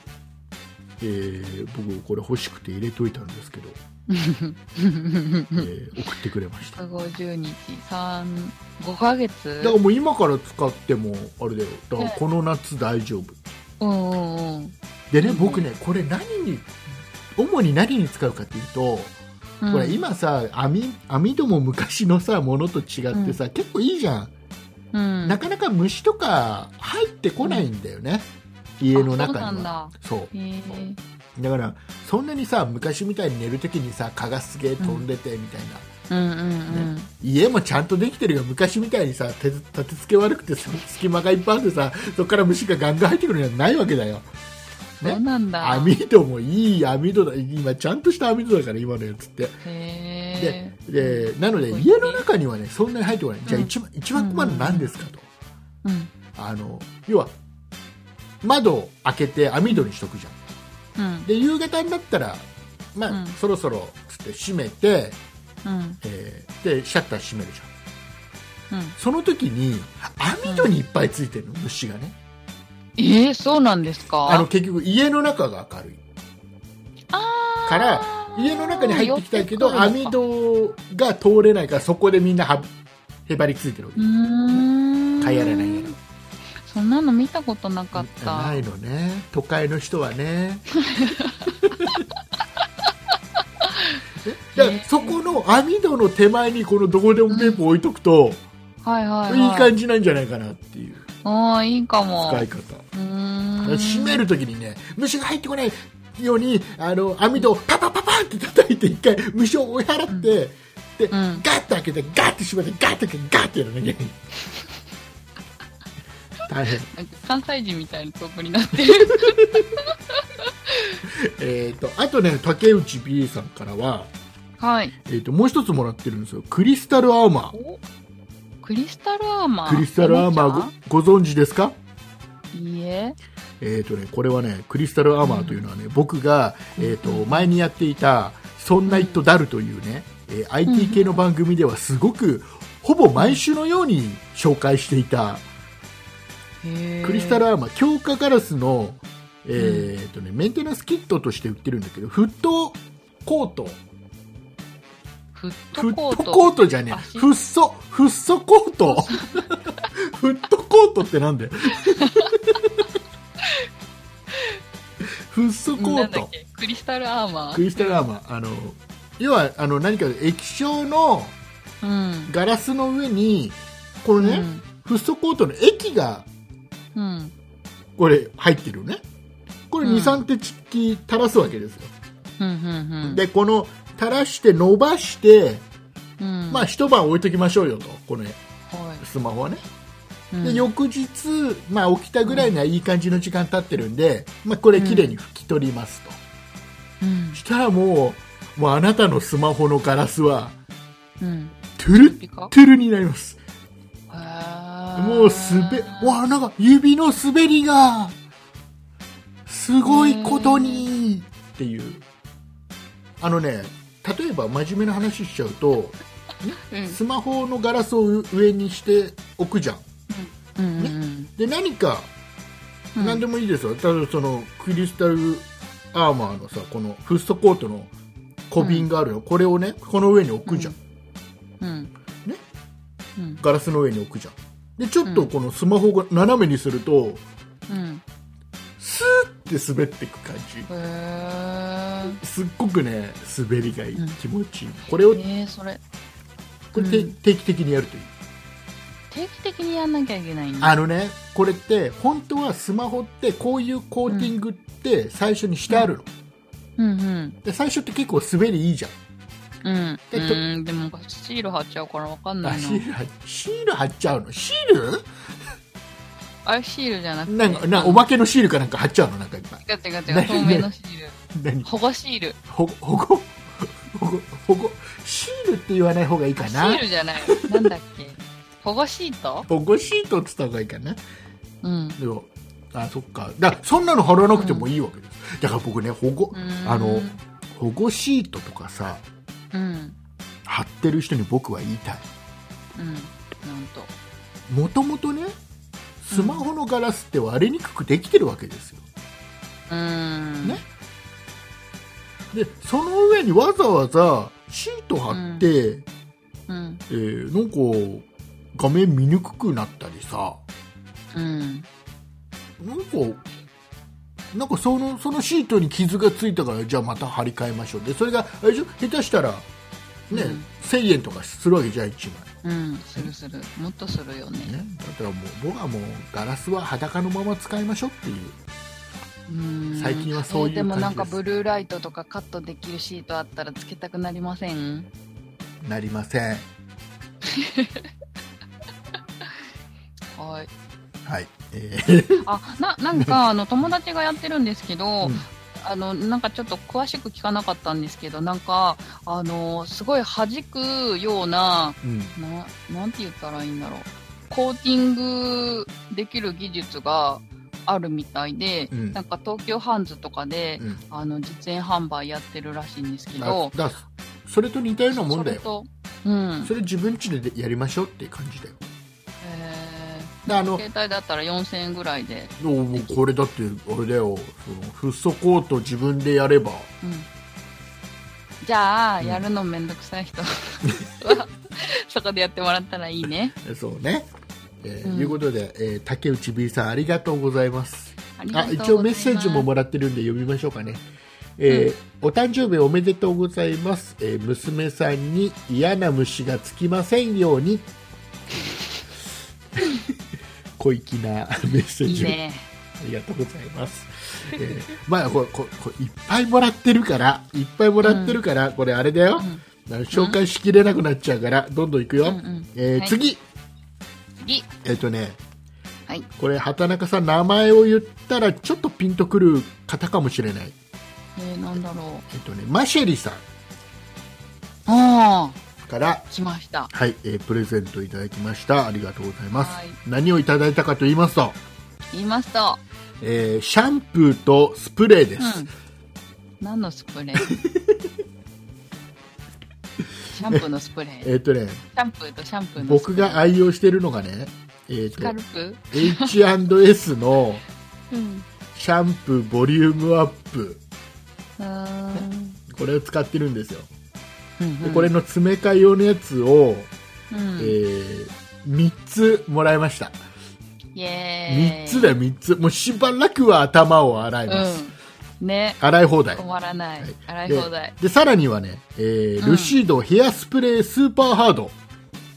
*laughs*
えー僕これ欲しくて入れといたんですけど、えー送ってくれましただ
150日3 5ヶ月
からもう今から使ってもあれだよだから
ね
この夏大丈
う
夫
んうんうん
でね
うん
僕ねこれ何に主に何に使うかっていうと、
うん
これ今さ網網戸も昔のさものと違ってさ、結構いいじゃん、
うん
なかなか虫とか入ってこないんだよね、家の中に
あ
はそ
そう
う
なんだへえ
だからそんなにさ昔みたいに寝るときにさ蚊がすげえ飛んでてみたいな、
うんうん
家もちゃんとできてるが昔みたいにさ手立て付け悪くてさ隙間がいっぱいあってさそこから虫がガンガン入ってくるのはないわけだよ
うんそうなんだ
網戸もいい網戸だ今ちゃんとした網戸だから今のやつって
へえ
でなので
うん
家の中にはねそんなに入ってこない、じゃあ
うん
一番一番困るのは何ですかと、
うん
あの要は窓を開けて網戸にしとくじゃん
うん
で夕方になったら、まあ
うん
そろそろつって閉めて、
うん
えーでシャッター閉めるじゃん
うん
その時に網戸にいっぱいついてるの、虫がね
えー、そうなんですか
あの結局家の中が明るい
あー
から家の中に入ってきたいけど
寄ってくる
網
のか
戸が通れないからそこでみんなはへばりついてるわ
うーん
けかやらないやら
そんなの見たことなかった
ないのね都会の人は
*laughs*
ねえだからそこの網戸の手前にこのどこでもペープ置いとくと、
はいはい、はい
い、い感
じ
じなんじゃないかなっていう
ああいいかも
使い方
うーん
閉めるときにね虫が入ってこないようにあの網戸をパパパパンって叩いて一回虫を追い払って、で、
うん
ガッと開けてガッて閉めてガッて開けてガッてやらなきゃ
*laughs*
いけない大変 *laughs*
なんか関西人みたいなトークになってる
えっと、あとね、竹内 B さんからは、
はい。
えっ、と、もう一つもらってるんですよ。クリスタルアーマ
おクリスタルアーマ
ー。
ー。
クリスタルアーマーごご存知ですか
お姉ちゃんいいえ。
えっ、とね、これはね、クリスタルアーマーというのはね、僕が、えっ、と、前にやっていた、そんなイットダルというね、えー IT 系の番組ではすごく、ほぼ毎週のように紹介していた、
へー
クリスタルアーマー、強化ガラスの、えっ、とね、メンテナンスキットとして売ってるんだけど、フットコート。
フッ
フ
ト
ッ
コー
ト
ト。
コートじゃねえ。
足
フッ素、フッ素
*laughs*
コート。フットコートってなんだよ。フッ素コ
な
ー
んだっ
ト。
けクリスタルアーマ
ク
ー。
リスタルアーマー。あの、要は、あの、何か液晶の
うん。
ガラスの上に、このね、フッ素コートの液が、
うん。うん。
これ、入ってるよね。これ、
うん
2、3滴垂らすわけですよ。
うん。うん。うん
で、この、垂らして伸ばして、
うん。
まあ、一晩置いときましょうよと。この
は
スマホはね。
い、
で
うん
翌日、まあ、起きたぐらいにはいい感じの時間経ってるんで、まあ、これ綺麗に拭き取りますと、
うん
したらもうもうあなたのスマホのガラスは
うん。
トゥルッ
ピカ
トゥルになりますも
も
うすべわあなんか指の滑りがすごいことにっていうあのね例えば真面目な話しちゃうと
うん
スマホのガラスを上にしておくじゃん
うんうん
で何か
うん
何でもいいですよ、ただそのクリスタルアーマーのさこのフッ素コートの小瓶があるの、これをねこの上に置くじゃん、
うん
ね
うん
ガラスの上に置くじゃんでちょっ
う
と
ん
このスマホが斜めにすると
うん
スーって滑ってく感じ
へー
すっごくね滑りがいい、
うん
気持ちいいこれを
えーそれ
これて、
うん
定期的にやるといい
定期的にやんなきゃいけないんだ
あのねこれって本当はスマホってこういうコーティングって最初にしてあるの、
うんうん
で最初って結構滑りいいじゃん
うん
えっと
うんでもシール貼っちゃうからわかんな
あ
い
シ
な
ール貼っシール貼っちゃうのシール
あれシールじゃなくて
なんか、な、おまけのシールかなんか貼っちゃうのなんかいっぱい。
違う違う違う
何
透明のシール
何
保護シール
ほ、ほご、ほご、ほご、シールって言わない方がいいか
シ
な
ー。ルじゃないなんだっけ保護シート
ほごシートって言った方がいいかな。
うん
でも、あ、そっか。だそんなの貼らなくてもいいわけです。だから僕ね、保護
う、ん
あの、保護シートとかさ、
うん
貼ってる人に僕は言いたい。
うんなんと
もともとね、スマホのガラスって割れにくくできてるわけですよ。
うん
ねで、その上にわざわざシート貼って、
うん
えーなんか画面見にくくなったりさ
うん
なんかなんかそのそのシートに傷がついたからじゃあまた張り替えましょうでそれがあれでしょ下手したら、ね
うん
1000円とかするわけじゃん1
うんするするもっとするよね
枚、ね、だったらもう僕はもうガラスは裸のまま使いましょうっていう
うん
最近はそういう感じ
え
です
ーでもなんかブルーライトとかカットできるシートあったらつけたくなりません
なりません
はい
はい、えー
あななん
*laughs*
かあの友達がやってるんですけど、
うん
あのなんかちょっと詳しく聞かなかったんですけどなんかあのすごい弾くような
*laughs* うん
ななんて言ったらいいんだろうコーティングできる技術があるみたいで、
うん
なんか東急ハンズとかで、
うん
あの実演販売やってるらしいんですけ
だ
ど
だそれと似たようなもん
そ
だよ
れとうん
それ自分家でやりましょうっていう感じだよ
え
であの
ー携帯だったら4000円ぐらいで、
もうもうこれだってあれだよそのフッ素コート自分でやれば
うん、じゃあ、
うん
やるのめんどくさい人
*laughs*
はそこでやってもらったらいいね
そうねえー
うん
いうことで、えー竹内 B さんありがとうございます
ありが
あ
とうございます
一応メッセージももらってるんで読みましょうかね、えーお誕生日おめでとうございます、えー娘さんに嫌な虫がつきませんよう
*laughs*
に小粋なメッセー
いい
ジを
ね
ありがとうございます。えーまあこれこれこれいっぱいもらってるからいっぱいもらってるから、これあれだよ、あの紹介しきれなくなっちゃうからどんどんいくよ。
うんうん
えー
はい
次
次
えっ、とね
はい
これ畑中さん名前を言ったらちょっとピンとくる方かもしれない。
えー、なんだろう。
えっとね、マシェリさん
ああ、
から、
来ました。
はいえープレゼントいただきました。ありがとうございます。
はい
何をいただいたかと言いますと、
言いますと、
えーシャンプーとスプレーで
う
す。
ん。何のス
*laughs*
プレーシャンプーのスプレー。シ
えっとね、
ャンプーとシャンプーのスプ
僕
レー。
が愛用してるのがね、えっ
スカル
と
プ
H&S の
うん。
シャンプーボリュームアップ
うーん
これを使ってるんですよ、
うん
でこれ、の詰め替え用のやつを、
うん、
えー3つもらいました
イエーイ
3つだよ3つもうしばらくは頭を洗います、
うん、ね
洗い放題
終わらない、
はい
洗い
で
放題
でさらにはね、えー
うん
ルシードヘアスプレースーパーハード、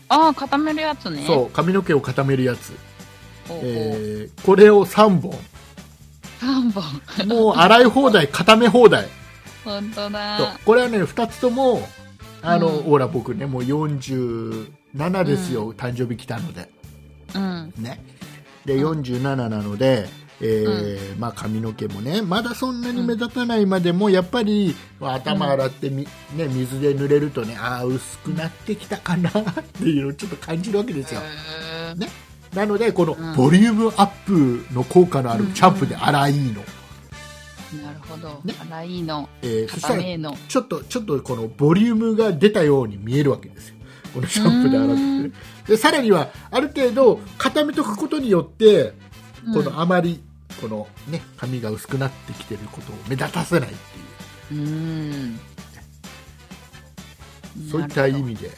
ああ固めるやつね
そう髪の毛を固めるやつ、
おうおう、
えーこれを3本
3本 *laughs*
もう洗い放題固め放題
本当
そう
だ
これはね2つともあの、
うん
ほら僕ねもう47ですよ、誕生日来たので
うん
ねで、
うん
47なので、えーまあ、髪の毛もねまだそんなに目立たないまでも、やっぱりまあ頭洗ってみ、ね、水で濡れるとねああ薄くなってきたかなっていうのをちょっと感じるわけですよ、
へー
なのでこの
うん
ボリュームアップの効果のある
うん
シャンプーで洗いの、
なるほど、
ね
洗いの
えーそした
固
ら
めの
ちょっとちょっとこのボリュームが出たように見えるわけですよこのシャンプーで洗って
うん
ねでさらにはある程度固めとくことによってこのあまりこのね髪が薄くなってきてることを目立たせないって
うん
いうそういった
な
意
るほど
味で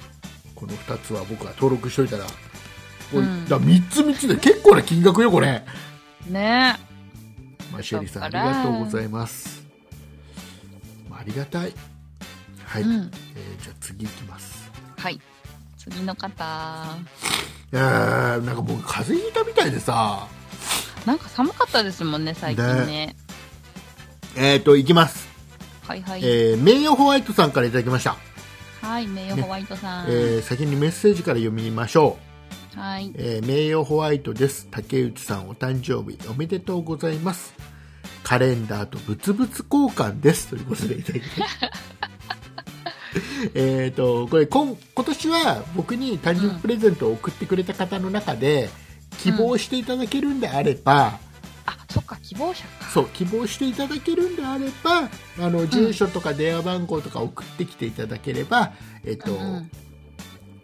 この2つは僕は登録しといたら,、こ
う
れ
ん
だ3つ3つで結構な金額よこれ、
ね
まあ、シェリーさんあ
だ
り
から
がとうございます、まあ、ありがたいはい、
うん
えーじゃあ次いきます
はい次の方
いやーなんか僕風邪ひいたみたいでさ
なんか寒かったですもんね最近ね
えっ、といきます、
はいはい、
えー名誉ホワイトさんからいただきました、
はい名誉ホワイトさん、
えー先にメッセージから読みましょう
はい
えー名誉ホワイトです竹内さんお誕生日おめでとうございますカレンダーと物々交換ですということでいただきました *laughs* えーとこれ今今年は僕に誕生日プレゼントを送ってくれた方の中で、希望していただけるんであれば、
あそっか希望者か
そう希望していただけるんであればあの住所とか電話番号とか送ってきていただければ、えっと
うん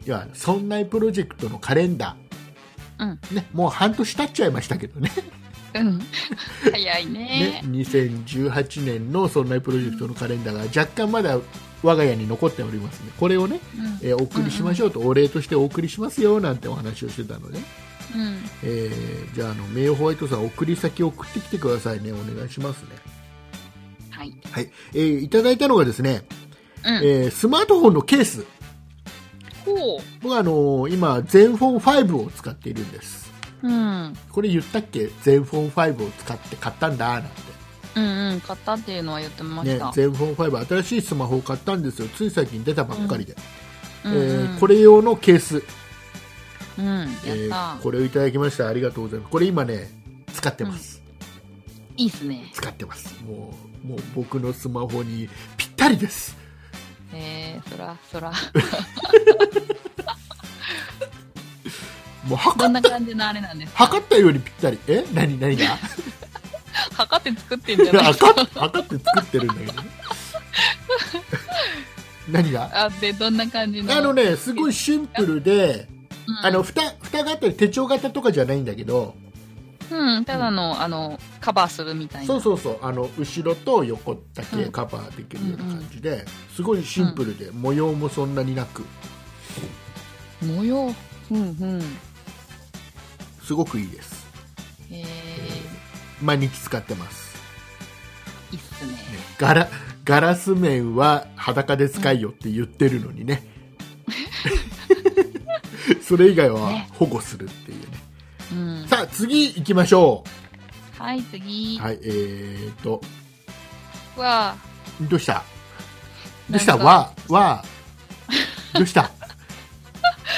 要は「そんないプロジェクト」のカレンダ
う
ー
ん、
ね、もう半年経っちゃいましたけどね
うん
*laughs*
早い
ね
ね
2018年の「そんないプロジェクト」のカレンダーが若干まだ我が家に残っておりますのでこれをね、
うん
えーお送りしましょうと、お礼としてお送りしますよなんてお話をしてたので、
うん
えーじゃああの名誉ホワイトさん送り先を送ってきてくださいねお願いしますね、
はい
はいえーいただいたのがですね、
うん
えースマートフォンのケース
こ
僕はあのー今全フォン5を使っているんです
ううん
これ言ったっけ全フォン5を使って買ったんだなんて
うんうん買ったっていうのは言ってま
ね
した、、
全フォン5新しいスマホを買ったんですよつい最近出たばっかりで、
うん
え
うん
ーこれ用のケース、
うんやった、
えーこれをいただきましたありがとうございますこれ今ね使ってます、
いいっすね
使ってますもうもう僕のスマホにぴったりです
えー、そらそら *laughs*
もう測
どん
っ
な感じのあれなんですか
測ったよりぴったりえ何何が
測って作ってんじゃない
*laughs* 測っ測って作ってるん
*laughs*
だけどね何が
あでどんな感じの
あのねすごいシンプルで、
うん、
あの蓋蓋があったり手帳型とかじゃないんだけど、
うんただのあのカバーするみたいな
そうそうそうあの後ろと横だけ
うん
カバーできるような感じで、すごいシンプルで、模様もそんなになく
模様うんうん
すごくいいです
えー、
毎日使ってます、
いいっすね
ねガラガラス面は裸で使いよって言ってるの
*laughs*
にね、それ以外は
ね
保護するっていうね
うん
さあ次行きましょ
はい次
うはいえーと
は
どうしたどうした
なんか *laughs*
わわどうした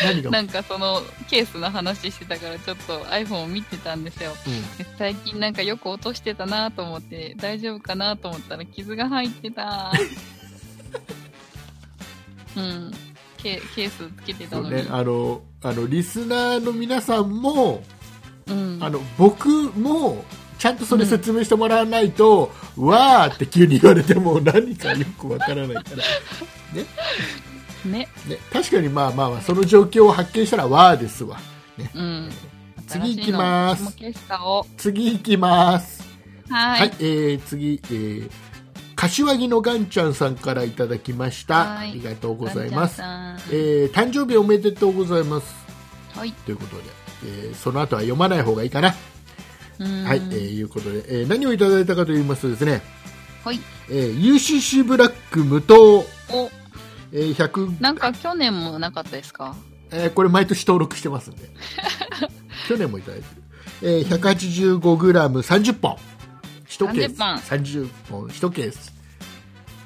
何が、
なんかそのケースの話してたからちょっと iPhone を見てたんですよ。
う
で最近なんかよく落としてたなと思って大丈夫かなと思ったら傷が入って
*laughs*
た。うん。ケケースつけてた
んそ
の
う
に。
ね、あのあのリスナーの皆さんも
うん。
あの僕もちゃんとそれ説明してもらわないと、わーって急に言われても何かよくわからない
*laughs*
から、
ね。
ね、確かにまあまあまあその状況を発見したらわーですわ
うん。
*laughs* 次行きま
新
す
しいのもケース買おう。
次行きます
は。
はいい、えー次、えー柏木のガンちゃんさんからいただきましたあ
はい
りがとうございます、
ガンちゃんさん
えー誕生日おめでとうございます
はい。
ということで、えーその後は読まない方がいいかな、
うん
はい、えーいうことで、えー何をいただいたかと言いますとですね、
はい。
えー UCC ブラック無糖、
お、
えー100
なんか去年もなかったですか
えーこれ毎年登録してます
*laughs*
んで去年もいただいてる、えー、185g30 本1ケー
30
ス
本
30本1ケース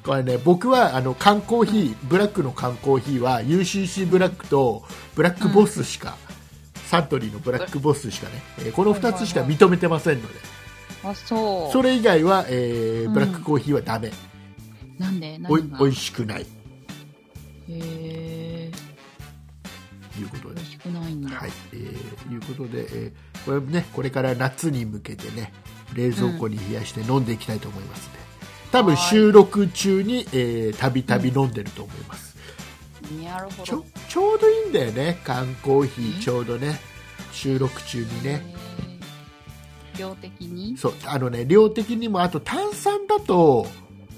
これね僕はあの缶コーヒー、ブラックの缶コーヒーは UCC ブラックとブラックボスしか、サントリーのブラックボスしかね、えーこの2つしか認めてませんので、
あ、そう。
それ以外は、えー
うん
ブラックコーヒーはダメ、
なんで
おい
何が
おいしくない
へー
ということ
美
で
味しくないんだ。
はい、えーいうことで、えーこれねこれから夏に向けてね冷蔵庫に冷やして飲んでいきたいと思いますね、多分収録中にえーたびたび飲んでると思います、
なるほ
ちょ
ど。
ちょうどいいんだよね缶コーヒ
う
ー
ん
ちょうどね収録中にね、
へー。量的に、
そうあのね量的にもあと炭酸だと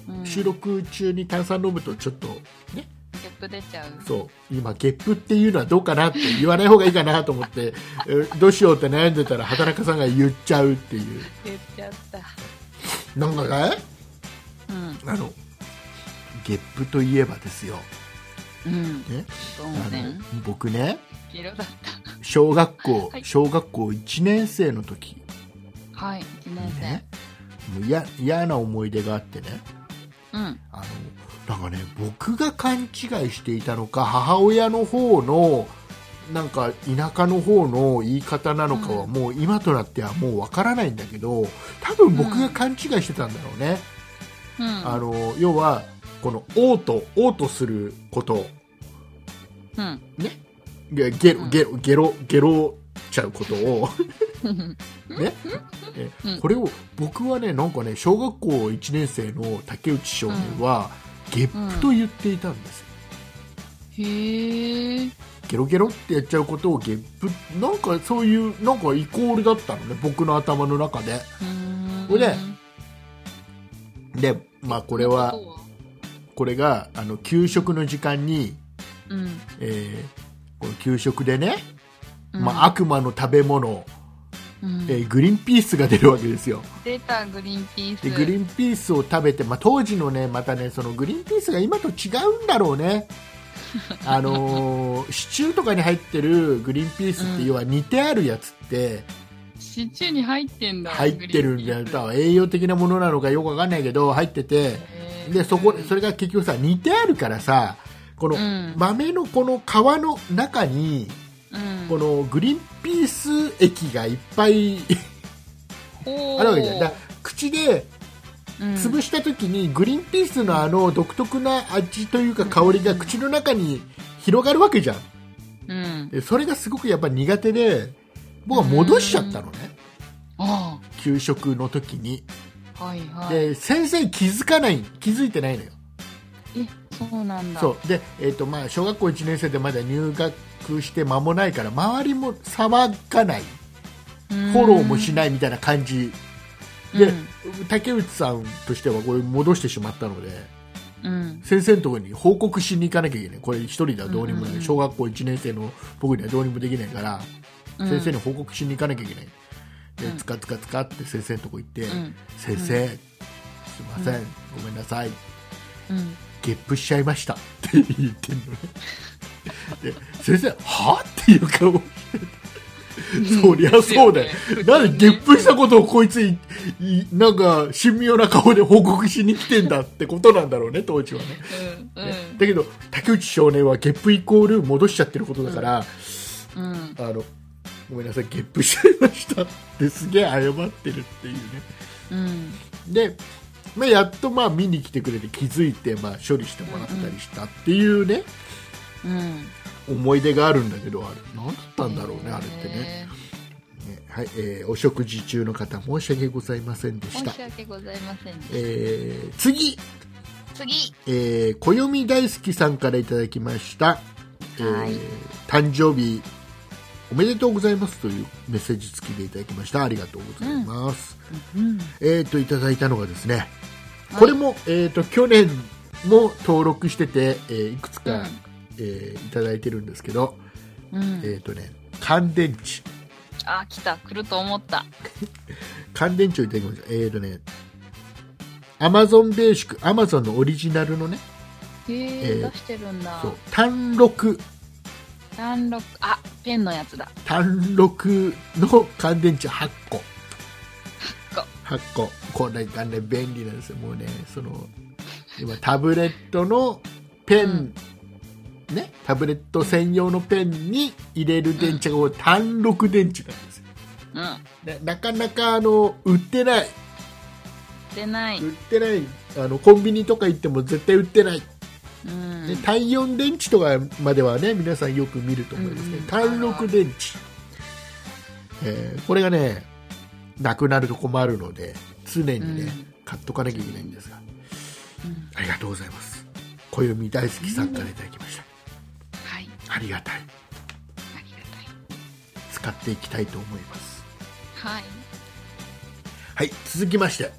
うん、
収
ゲ
録中に炭酸飲むとちょっとね
ップ出ちゃう。
そう今ゲップっていうのはどうかなって言わない方がいいかなと思ってえーどうしようって悩んでたら畑中さんが言っちゃうっていう
言っちゃった。
なんかね
うん。
あのゲップといえばですよ、
うん。
ね
どう
あ
も
の
ね。
僕ね
黄色だった。
小学校、
はい
小学校1年生の時
はい。一年
に
生。
ねもうや嫌な思い出があってね
うん。
あのなんかね僕が勘違いしていたのか母親の方のなんか田舎の方の言い方なのかは
うん
もう今となってはもうわからないんだけど多分僕が勘違いしてたんだろうね、
うん。
あの要はこの嘔吐嘔吐すること
うん。 *laughs*
ゲゲ
う
ロ
ん
ゲロゲロゲロちゃうことをねえ
うん
これを僕はねなんかね小学校1年生の竹内少年は、ゲップと言っていたんですよ、
へえ。
ゲロゲロってやっちゃうことをゲップなんかそういうなんかイコールだったのね僕の頭の中でこれででまあこ
こ
れはこれがあの給食の時間に、
うん。
えーこの給食でね、
うん
まあ、、悪魔の食べ物、
うん
えーグリーンピースが出るわけですよ
出たグリーンピース。
でグリーンピースを食べて、まあ、当時のねまたねそのグリーンピースが今と違うんだろう
*laughs*
ねあのーシチューとかに入ってるグリーンピース
う
って
ん
要は煮てあるやつって
シチューに入ってんだ。
入ってるんだ
グリ
よ
ーンピー
多分栄養的なものなのかよくわかんないけど入ってて
スへー
でそこそれが結局さ煮てあるからさこの
うん
豆のこの皮の中に
うん
このグリーンピース液がいっぱい *laughs*
ほう
あるわけじゃんだから口で
うん
潰した時にグリーンピースのあの独特な味というか香りが口の中に広がるわけじゃん
うん。
でそれがすごくやっぱ苦手で僕は戻しちゃったのね
あ
給食の時に
あ、はいはい。
で先生気づかない気づいてないのよ
え、そうなんだ。
そうで、えーとまあ、小学校1年生でまだ入学して間もないから周りも騒がない
うん。
フォローもしないみたいな感じで、
うん
竹内さんとしてはこれ戻してしまったので
うん。
先生のところに報告しに行かなきゃいけないこれ一人ではどうにもな
うん
い、
うんうん
小学校1年生の僕にはどうにもできないから、
うん
先生に報告しに行かなきゃいけないで、
うん
つかつかつかって先生のとこ行って、
うん
先生、すいません、
う
ごめんなさい
うん。
ゲップしちゃいましたって言ってんのねで先生はっていう顔してそりゃそうだ
で
よ
すよね
なんでゲップしたことをこいついいなんか神妙な顔で報告しに来てんだってことなんだろうね当時はね
うん。う
ね
ん。
だけど、竹竹内少年はゲップイコール戻しちゃってることだから、
うん。
あのごめんなさいゲップしちゃいましたってすげえ謝ってるっていうね
うん。
で、まあ、やっとまあ見に来てくれて気づいてまあ処理してもらったりしたっていうね、
うん。
思い出があるんだけどあれ何だったんだろうね、あれってね
え
ねはい、えーお食事中の方申し訳ございませんで
ー。
し
申
た
し、訳ございませんでした。
えー次、
次。
えー、暦大好きさんからいただきました、えー
はい
誕生日おめでとうございますというメッセージ付きでいただきましたありがとうございます、
うん。
えー、といただいたのがですねこれも、えー、と去年も登録してて、えーいくつか、
うん
えーいただいてるんですけど、
うん
え。ーとね、乾電池
あ、来た。来ると思った。
乾電池をいただきましたえー、とねアマゾンベーシックアマゾンのオリジナルのね
へえ
えー
出してるんだ。
そう単六
単六あ、ペンのやつだ。
単六の乾電池8個
8
8個これがね便利なんですよもうねその今タブレットのペン、ねタブレット専用のペンに入れる電池がこう単六電池なんですよ
うん。
ななかなかあの売ってない
出ない。
売ってないあのコンビニとか行っても絶対売ってない、
うん。
ね、単4電池とかまではね皆さんよく見ると思いますね、
うん
単6電池、えーこれがねなくなると困るので常に
う
ね、
ん
買っとかなきゃいけないんですが
うん
ありがとうございます暦大好きさんからいただきました、
はい。
ありがたい
ありがたい。
使っていきたいと思います
はい。
はい続きまして、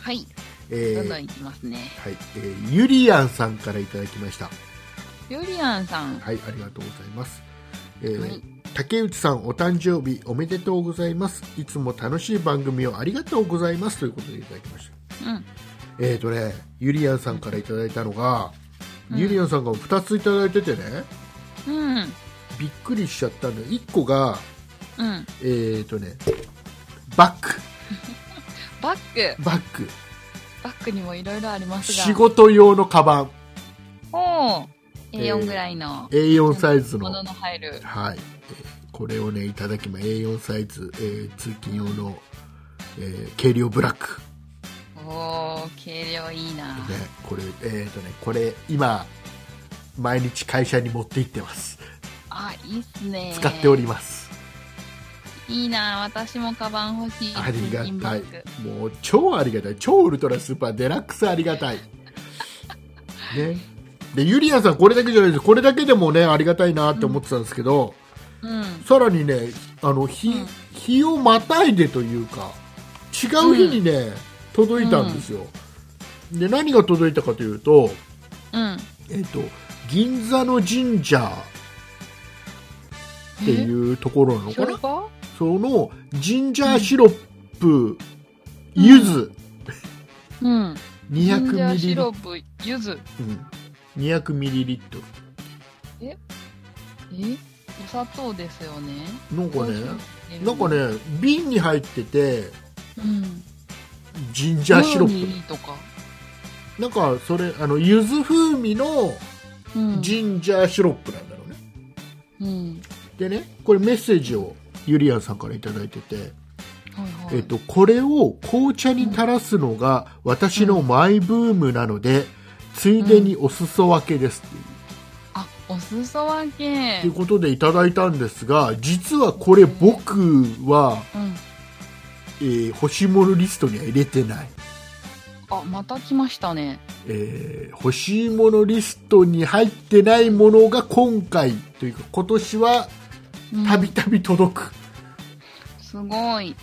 はい。
え
ど
ー
んど
は
ん
い
いきますね。
えーゆりやんさんからいただきました
ゆりやんさん。
はい、ありがとうございます。えー
はい
竹内さん、お誕生日おめでとうございます。いつも楽しい番組をありがとうございますということでいただきました。
うん。
えーとね、ゆりやんさんからいただいたのが、
うん
ゆりやんさんが2ついただいててね、
うん。
びっくりしちゃったんだよ。1個が、
うん。
えーとね、バッグ、
バッグ。
バッグ、
バッグにもいろいろありますが。
仕事用のカバン、
おお。
えー
A4 ぐらいの。
A4 サイズの
も、のの入る。
はい、えーこれをね、いただきま A4 サイズ、えー通勤用の、えー軽量ブラック。
おお、軽量いいな。
ね、これ、えーとね、これ今毎日会社に持って行ってます
あ、いいっすね。
使っております、
いいな。私もカバン欲しい。
ありが
通勤バ
たい
ッグ
もう超ありがたい超ウルトラスーパーデラックスありがたいねでゆりやんさんこれだけじゃないですこれだけでもねありがたいなって思ってたんですけど、
うん。
さらにねあの日,、
うん
日をまたいでというか違う日にね、届いたんですよ、で何が届いたかというと,、
うん。
えー、と銀座の神社っていうところなのか
消
な
防
そのジンジャーシロップ、柚子
うん。ジンジャ
200
ー
ミ
シ
リリ、
ロップ、柚子。
うん、200ミリリット
えお砂糖ですよね。
ルなんかねなんか
ね、
ね瓶に入ってて
うん。
ジンジャーシ
料
ロ
理
ッ
にとか。
プなんかそれあの柚子風味の
うん。
ジンジャーシロップなんだろうね、
うん。
でねこれメッセージをゆりやんさんから頂いいてて、
はいはい。
えっと、これを紅茶に垂らすのが私のマイブームなので、ついでにお裾分けですっていう
あ、お裾分け
という。ことでいただいたんですが実はこれ僕は、
うん。
えー欲しいものリストには入れてない、
あ、また来ましたね。
えー欲しいものリストに入ってないものが今回というか今年は
うん
たびたび届く、
すごい。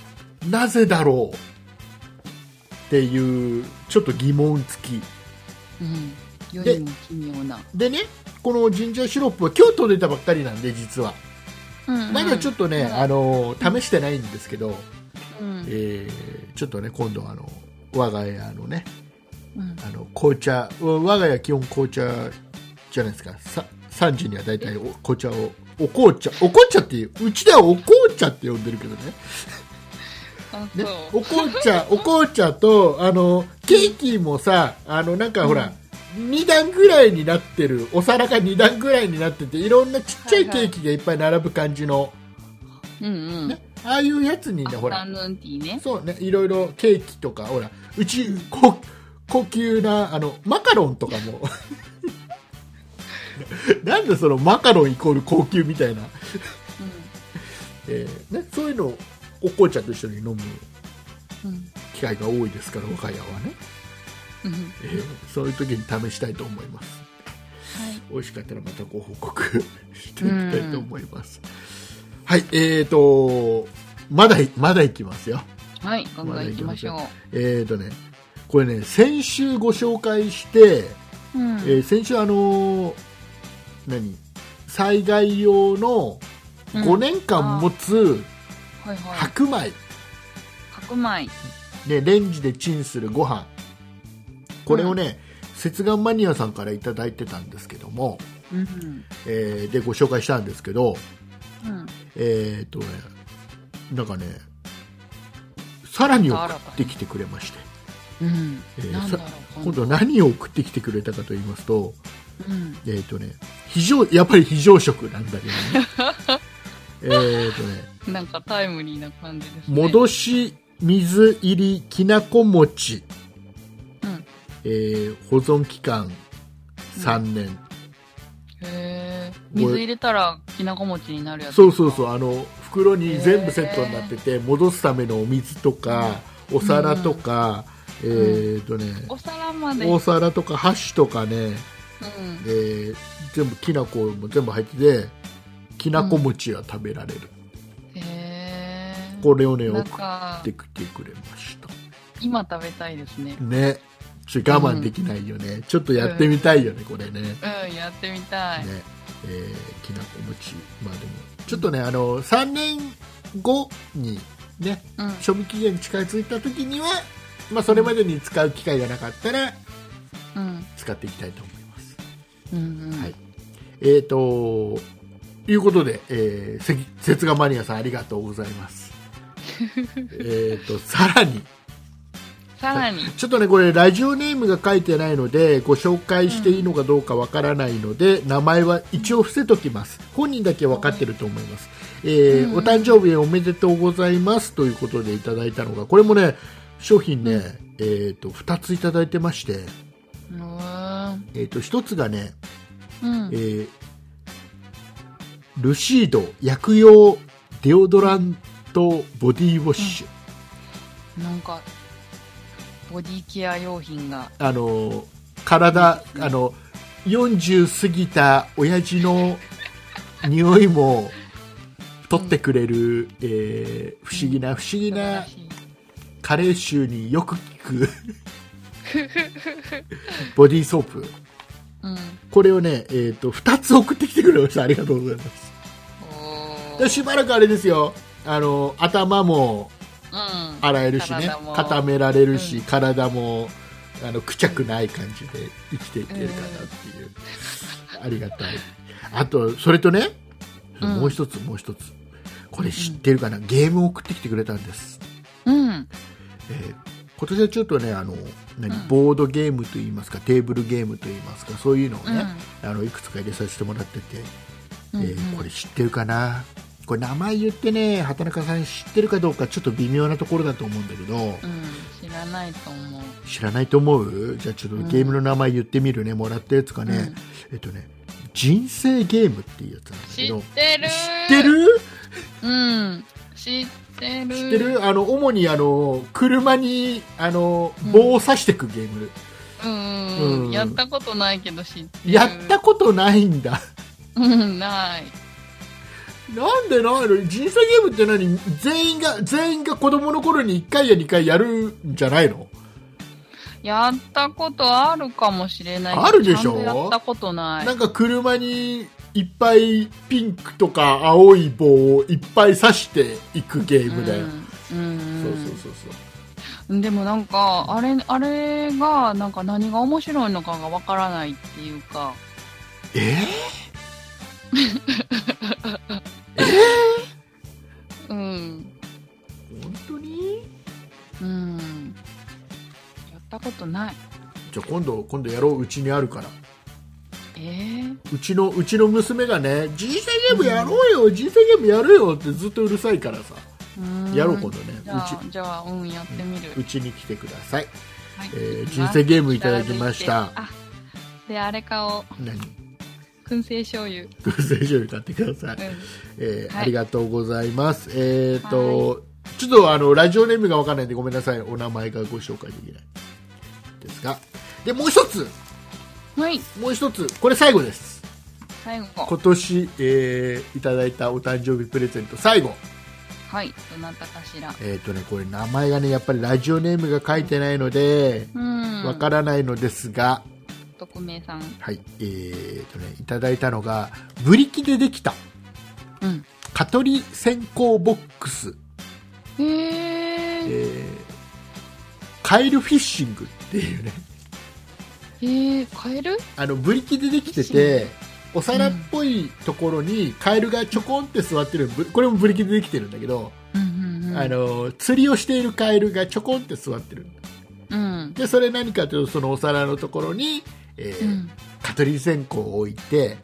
なぜだろうっていうちょっと疑問付き
うん。よ
で
りも奇妙な。
でねこのジンジャーシロップは今日届いたばっかりなんで実は
うん
まだちょっとね、
うん
あの試してないんですけど、
うん。
えーちょっとね今度あの我が家のね
うん。
あの紅茶我我が家基本紅茶じゃないですかさ3時には大体お紅茶をお紅茶お紅茶っていううちではお紅茶って呼んでるけどね
あ、
ね
そ
*laughs* お紅茶お紅茶とあのケーキもさあのなんかほら、 2段ぐらいになってるお皿が2段ぐらいになってていろんなちっちゃいケーキがいっぱい並ぶ感じの、
うんうん。
ね、ああいうやつにね
ア
ほ
フ
ら
タヌーンティーね。
そうね、いろいろケーキとか、ほら、うち、高高級な、あの、マカロンとかも。 *laughs* なんでそのマカロンイコール高級みたいな、えーね、そういうのをお紅茶と一緒に飲む
うん。うん。
機会が多いですから、我が家はね、
うん。
えーそういう時に試したいと思います。
はい。
美味しかったらまたご報告していきたいと思います。はい、えーと、まだ、まだいきますよ。
はい、ガンガン行きましょ
えーとね、これね、先週ご紹介して、
う。うん。うん
えー先週あのー何災害用の5年間持つ
はいはい。
白米、
白米。
ね、レンジでチンするご飯これをね、節眼マニアさんからいただいてたんですけども、
うん。
えーでご紹介したんですけど
うん。
えーっとねなんかねさらに送ってきてくれまして、
うん。
えー
なんだ
さ
ろう。
今度何を送ってきてくれたかと言いますと、
うん。
えっ、とね、非常、やっぱり非常食なんだけ
*laughs*
どね。えっとね、
なんかタイムリーな感じですね。
戻し水入りきなこ餅、
うん
えー保存期間3年。
へえ。水入れたらきなこ餅になるやつ。。
そうそうそうう、あの、袋に全部セットになってて、戻すためのお水とか、お皿とか、えっ、とね、
お皿まで。う
お
ん。
皿とか箸とかね、えー全部きなこも全部入ってて、きなこ餅が食べられる。
へえ。
これをね、
な
送
んか
ってきてくれました
今食べたいですね。
ねちょ我慢できないよね、ちょっとやってみたいよね、これねね、
うん、やってみたい。
えーきなこ餅まあでもちょっとねあの3年後にね
うん。
賞味期限近づいた時には、まあ、それまでに使う機会がなかったら
うん。
使っていきたいと思います
うん。うん
はいえーということで、えー、せ節がマニアさんありがとうございます *laughs* えーとさらに
さら
*laughs*
に。
ちょっとね、これ、ラジオネームが書いてないので、ご紹介していいのかどうかわからないので、名前は一応伏せときます。本人だけわかってると思います。えー
うん
お誕生日おめでとうございますということでいただいたのが、これもね、商品ね、えっ、と、2ついただいてまして、
うーん。
えっ、と、1つがね、
うん
え。ールシード薬用デオドラントボディウォッシュ。
なんか、ボディケア用品が。
あの体あの40過ぎた親父の匂いも取ってくれる、えー不思議な不思議な
素
加齢臭によく効くボディーソー
晴
プ
らしい
これをね、えー、と2つ送ってきてくれましたありがとうございます
うん。お
で
ー
しばらくあれですよあの頭も
うん。
洗えるしね
体も
固められるし、
うん
体もあのくちゃくない感じで生きていけるかなって
*laughs*
いう、ありがたいあとそれとね、
うん
もう一つもう一つこれ知ってるかな、ゲームを送ってきてくれたんです、
うん。
えー今年はちょっとねあの何、
うん
ボードゲームといいますかテーブルゲームといいますかそういうのをね、あのいくつか入れさせてもらってて、
うん。
えーこれ知ってるかなこれ名前言ってね畑中さん知ってるかどうかちょっと微妙なところだと思うんだけど、
うん。知らないと思う。
知らないと思うじゃあちょっとゲームの名前言ってみるね、もらったやつかね、
うん
えっとね人生ゲームっていうやつなんだ
知
け
っ
ど
てる
知ってる
うん。知ってる
知ってるあの主にあの車にあの棒を刺していくゲーム、
うん、
うん
やったことないけど知ってる。
やったことないんだ
うん、ない。
なんでないの人生ゲームって何全員が全員が子供の頃に1回や2回やるんじゃないの
やったことあるかもしれないけど
あるでしょ
ちゃんとやったことない。
なんか車にいっぱいピンクとか青い棒をいっぱい刺していくゲームだよ、
うん。うん
そうそうそうそう
でもなんか、あれ、あれが、なんか何が面白いのかがわからないっていうか、
えー
うん。
本当に
うん。やったことない。
じゃあ今度今度やろううちにあるから
えー、
うちのうちの娘がね人生ゲームやろうよ、人生ゲームやるよってずっとうるさいからさ
うーん
やろう今度ね
じゃあじゃあうんやってみる、
うちに来てください
はい
えー人生ゲームいただきました
あであれ買おう
何
燻製醤油、うん、
偶然醤油買ってください、えー
はい
ありがとうございますえっ、と、ちょっとあのラジオネームがわからないんでごめんなさいお名前がご紹介できないですがでもう一つ
はい
もう一つこれ最後です
最後
今年、えーいただいたお誕生日プレゼント最後
はいどなたかしら
えっ、とねこれ名前がねやっぱりラジオネームが書いてないので
うん
わからないのですが、
匿名さん
はいえーとねいただいたのがブリキでできた
うん
蚊取り線香ボックス、え
へえ
ーカエルフィッシングっていうね
へえ買える
あのブリキでできて
フィッシ
てお皿っぽいところにカエルがちょこんって座ってるぶこれもブリキでできてるんだけど、
うんうんうん
あの釣りをしているカエルがちょこんって座ってる
うん
でそれ何かというとそのお皿のところに、えー
うん
蚊取り線香を置いて、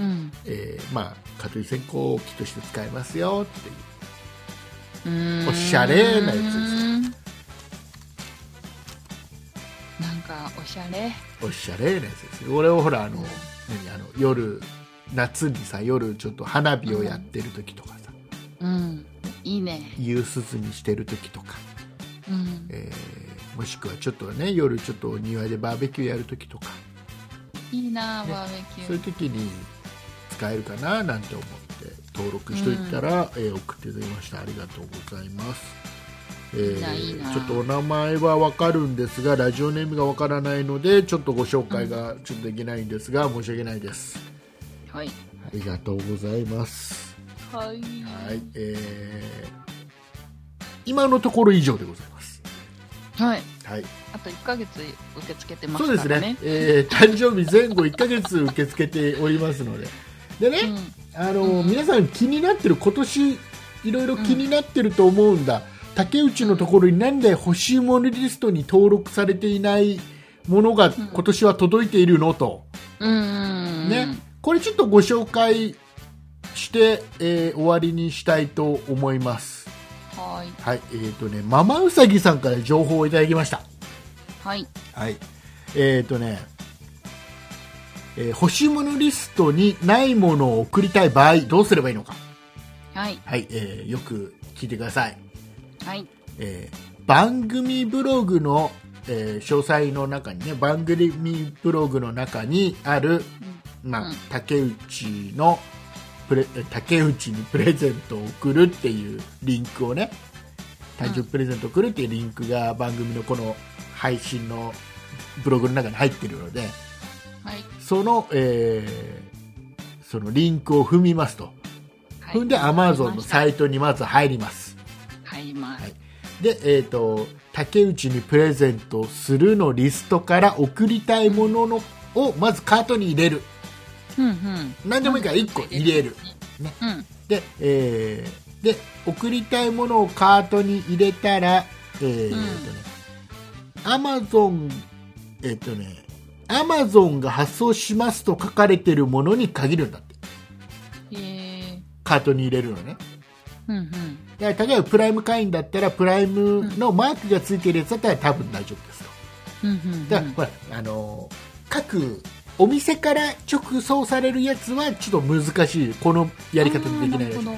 うん
えーまあ、蚊取り線香を木として使えますよっていう
うーん
おしゃれなやつです
なんかおしゃれ
おしゃれなやつですよ俺はほらあの何あの夜夏にさ夜ちょっと花火をやってる時とかさ
うんいいね
夕涼みしてる時とか、
うん
えーもしくはちょっとね夜ちょっとお庭でバーベキューやる時とか
いいな
ね
バーベキュ
そういう
ー
時に使えるかななんて思って登録しといたら、えー送っていただきましたありがとうございます、えー
いいないいな
ちょっとお名前はわかるんですがラジオネームがわからないのでちょっとご紹介がちょっとできないんですが、申し訳ないです
はい
ありがとうございます。
はい
はい、えー今のところ以上でございます。
はい
はい、
あと1ヶ月受け付けてま
そう
す
で
か
す
ら
ね。
ね
えー誕生日前後1ヶ月受け付けておりますので、でね、あの
うん
皆さん気になってる今年いろいろ気になってると思うんだ。竹内のところになんで欲しいものリストに登録されていないものが今年は届いているのと。
うんうんうん
ね、これちょっとご紹介して、えー終わりにしたいと思います。
はい
はい、えっ、とね、ママウサギさんから情報をいただきました。
はい
はい。えっ、とね、えー欲しいものリストにないものを送りたい場合、どうすればいいのか。
はい
はい、えーよく聞いてください。
はい
えー番組ブログの、えー詳細の中にね、番組ブログの中にある、まあ
うん
竹内のプレ竹内にプレゼントを送るっていうリンクをね誕生日プレゼントを送るっていうリンクが番組のこの配信のブログの中に入ってるので
はい
その,、えーそのリンクを踏みますと、
はい
踏んで Amazon のサイトにまず入ります
入ります
はいで、えー、と竹内にプレゼントするのリストから送りたいもののをまずカートに入れる
うんうん
何でもいいから1個入れる
うん
で,、えーで送りたいものをカートに入れたら、えー
うん
アマゾンえっとねアマゾンが発送しますと書かれてるものに限るんだって
へえ
カートに入れるのね
うんうん
だから例えばプライム会員だったらプライムのマークがついてるやつだったら多分大丈夫ですと
うんうん
だから、ほらあのー各お店から直送されるやつはちょっと難しいこのやり方でできないらしい
あーるほ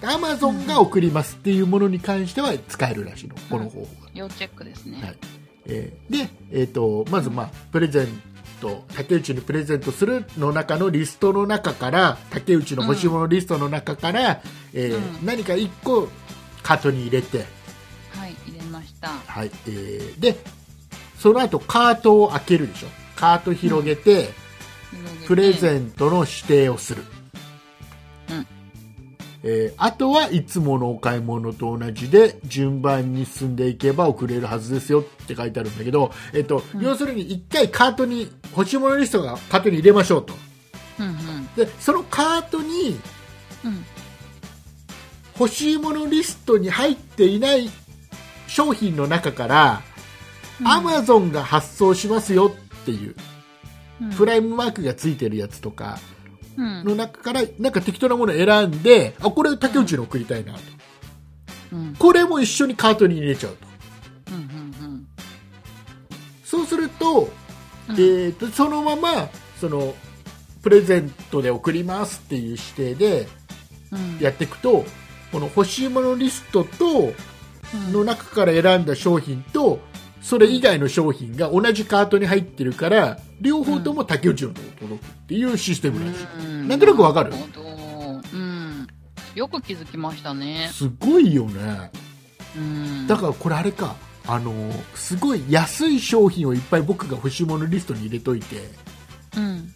ど
アマゾンが送りますっていうものに関しては使えるらしいの、この方法が。
要チェックですね、
はいえーで、えーと、まず、まあ、プレゼント、竹内にプレゼントするの中のリストの中から、竹内の欲しいものリストの中から、えー
うん
何か1個カートに入れて、
はい、入れました。
はいえーで、その後カートを開けるでしょ。カート広げて、プレ
ン
ゼントの指定をする、
うん
えーあとはいつものお買い物と同じで順番に進んでいけば送れるはずですよって書いてあるんだけど、えっと
うん
要するに1回カートに欲しいものリストがカートに入れましょうと
ト。うんうん
でそのカートに
うん
欲しいものリストに入っていない商品の中から、
うん。
アマゾンが発送しますよっていう
うん
プライムマークがついてるやつとか
うん
の中からなんか適当なものを選んであこれ竹内の送りたいなと
うん
これも一緒にカートに入れちゃうと
うん
そうすると,、
うん
えー、とそのままそのプレゼントで送りますっていう指定で
うん
やっていくとこの欲しいものリストと
うん
の中から選んだ商品とそれ以外の商品が同じカートに入ってるから両方とも竹内のとこ届くっていうシステムなんですよ、
うん
なんとなくわかる
なほどうんよく気づきましたね
すごいよね
うん
だからこれあれかあのすごい安い商品をいっぱい僕が欲しいものリストに入れといて
うん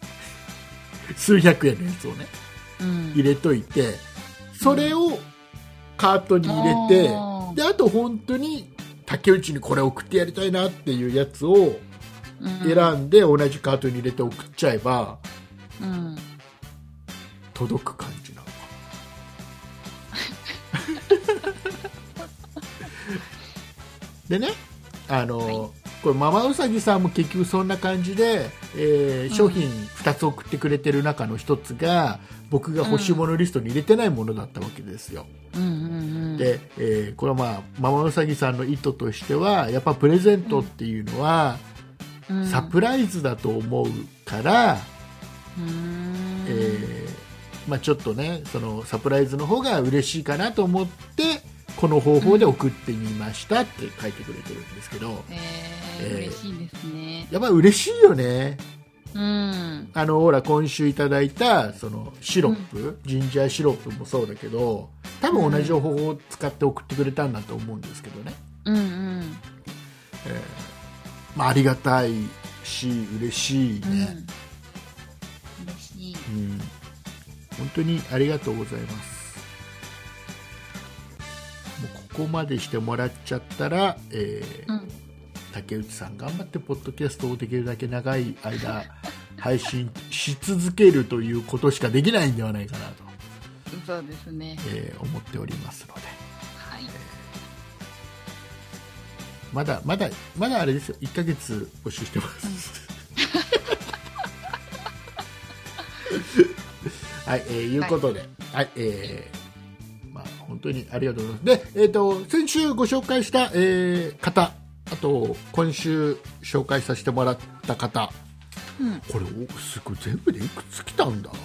数百円のやつをね
うん
入れといてそれをカートに入れて、
あー
であと本当に竹内にこれ送ってやりたいなっていうやつを
うん
選んで同じカートに入れて送っちゃえば
うん
届く感じ
*laughs*
なのかなでねあの、
はい
これママウサギさんも結局そんな感じで、えー商品2つ送ってくれてる中の1つが僕が欲しいものリストに入れてないものだったわけですよ、
うんうん
で、えーこれはまあママウサギさんの意図としてはやっぱプレゼントっていうのは
うん
サプライズだと思うから、
うん
えーまあ、ちょっとねそのサプライズの方が嬉しいかなと思ってこの方法で送ってみましたって書いてくれてるんですけど
え
えー
ー嬉しいですね
やっぱ嬉しいよね
うん
あのほら今週いただいたそのシロップ、ジンジャーシロップもそうだけど多分同じ方法を使って送ってくれたんだと思うんですけどね、
うんうん
まあ、ありがたいし嬉しい
うん
ね、
嬉しい
うん本当にありがとうございますもうここまでしてもらっちゃったら、えー
うん
竹内さん頑張ってポッドキャストをできるだけ長い間配信し続けるということしかできないんではないかなと、
そうですね
えー思っておりますので
はい
まだまだまだあれですよ1ヶ月募集して *laughs* ます、はい、えー、いうことで、はい、えーまあ本当にありがとうございます。で、えっ、と先週ご紹介した、えー方、あと今週紹介させてもらった方、
うん
これおすごい全部でいくつ来たんだ。ね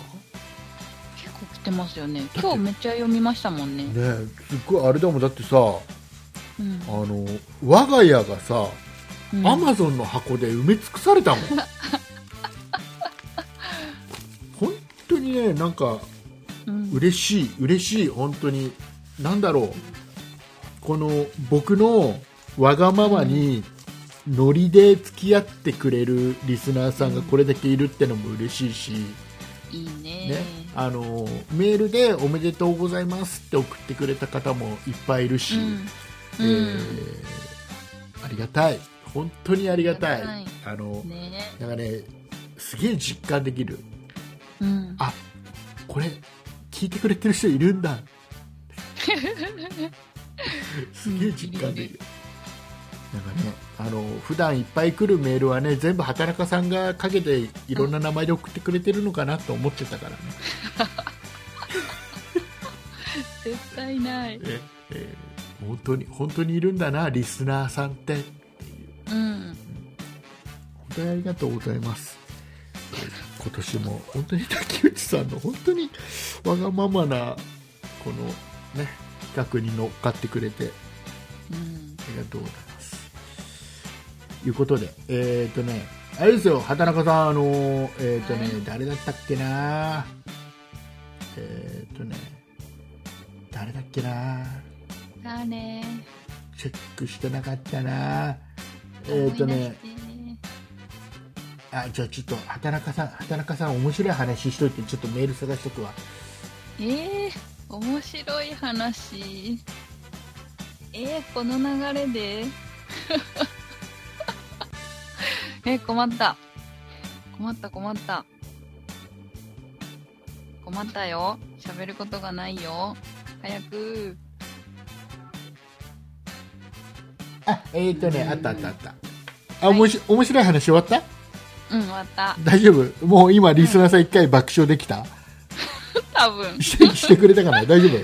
結構来てますよね今日めっちゃ読みましたもんね
え、すごいあれだもんだってさ、あ
うん
の我が家がさ、
うん
アマゾンの箱で埋め尽くさ
*laughs*
れたもん本当にねなんか
うん
嬉しい嬉しい本当になんだろうこの僕のわがままにノリで付き合ってくれるリスナーさんがこれだけいるってのも嬉しいし、
いいね
ね、あのメールで「おめでとうございます」って送ってくれた方もいっぱいいるし、
う
え
ん、うん
ーありがたい本当にありがたい
ありが
あの、
ね
なんかねすげえ実感できる
うん
あこれ聞いてくれてる人いるんだすげえ実感できる、なんかねあの普段いっぱい来るメールはね全部畑中さんがかけていろんな名前で送ってくれてるのかなと思ってたからね、
絶対ない
ええー本当に本当にいるんだなリスナーさんってってい
う
う
ん
本当にありがとうございますえー今年も本当に竹内さんの本当にわがままなこのね企画に乗っかってくれて
うん
ありがとうございますということでえっ、とねあれですよ畑中さんあのーえっ、とね、
はい
誰だったっけなえっ、とね誰だっけな
誰
チェックしてなかったなえっ、とね
思い出して
あじゃあちょっと畑中さん畑中さん面白い話しといてちょっとメール探しとくわ
えー、面白い話えー、この流れで *laughs* えー、困った困った困った困ったよ喋ることがないよ早く
あえっ、とね
うん
あったあったあったあ、おもし面白い話終わった
うん、終わ
*laughs*
った。
大丈夫もう今、リスナーさん一回爆笑できた、
多分。
してしてくれたかな大丈夫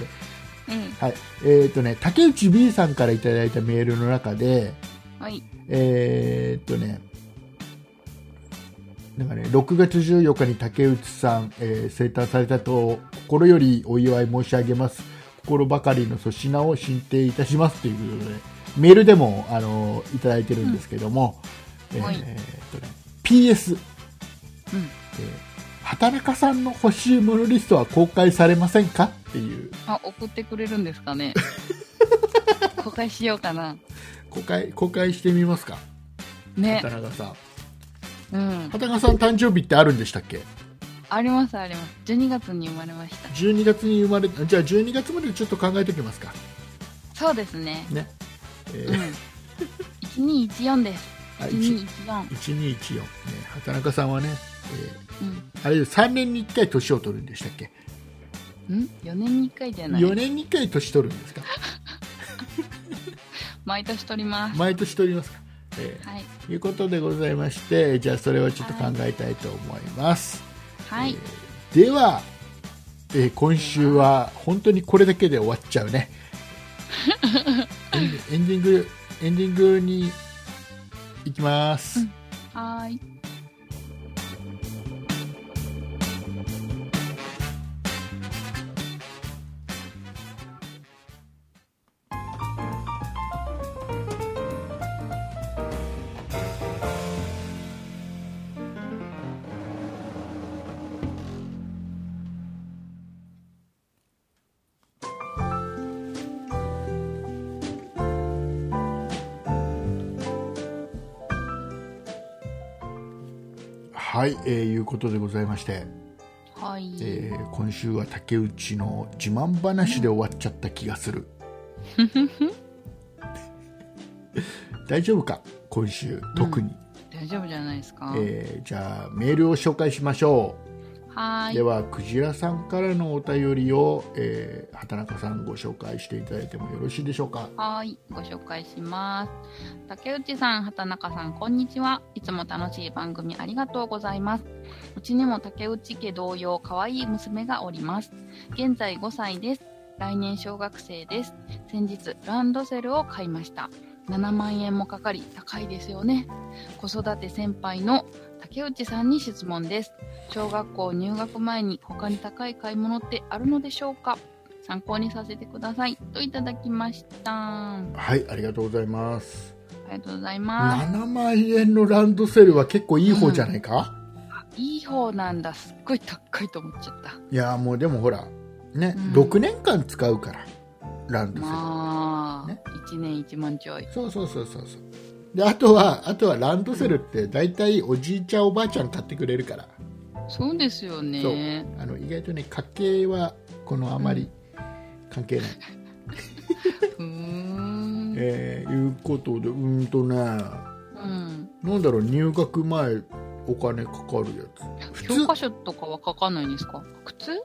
うん。
はい。えっ、とね、竹内 B さんからいただいたメールの中で、
はい。
えっ、とね、なんかね、6月14日に竹内さん、えー生誕されたと、心よりお祝い申し上げます。心ばかりの粗品を進呈いたしますということで、メールでも、あの、いただいてるんですけども、えー
はい
とね、PS、
うん。
えー畑中さんの欲しいものリストは公開されませんかっていう
あ、送ってくれるんですかね。 *laughs* 公開しようかな。
公開公開してみますか *laughs*
ね。
畑中さん
うん。
畑中さん誕生日ってあるんでしたっけ
ありますあります。12月に生まれました。
12月に生まれじゃあ12月までちょっと考えておきますか
そうですね。
ね、え
うん
ー。
1214です。
あ1
1214。
1214、ね、畑中さんはね、
うん
えーあれ3年に1回年を取るんでしたっけ。
ん ?4 年に1回じゃない。
4年に1回年取るんですか
毎年取ります。
毎年取りますか、え
はい。
ーいうことでございましてじゃあそれはちょっと考えたいと思います、
はい。
えーでは、えー今週は本当にこれだけで終わっちゃう
*laughs*
ねエンディエンディングエンディングに行きます、
うんはーい。
はい、えーいうことでございまして、
はい。
えー今週は竹内の自慢話で終わっちゃった気がする *laughs* 大丈夫か今週特に、
大丈夫じゃないですか。
えーじゃあメールを紹介しましょう
はー
で
い。
はクジラさんからのお便りを、えー畑中さんご紹介していただいてもよろしいでしょうか
はい。ご紹介します。竹内さん、畑中さん、こんにちは。いつも楽しい番組ありがとうございます。うちにも竹内家同様、可愛い娘がおります。現在5歳です。来年小学生です。先日、ランドセルを買いました。7万円もかかり、高いですよね。子育て先輩の竹内さんに質問です。小学校入学前に他に高い買い物ってあるのでしょうか参考にさせてください。といただきました。
はいありがとうございます
ありがとうございます。
7万円のランドセルは結構いい方じゃないか、
いい方なんだ。すっごい高いと思っちゃった。
いやーもうでもほらね、
うん
6年間使うからランドセル、
まあ、
ね
1年1万ちょい。
そうそうそうそうそうであとはあとはランドセルって大体おじいちゃんおばあちゃん買ってくれるから
そうですよね。
あの意外とね家計はこのあまり
*laughs*
関係ない、
うーん。
えーいうことでうーんとね
うん。
なんだろう入学前お金かかるやつ普通
教科書とかは書かないんですか靴
い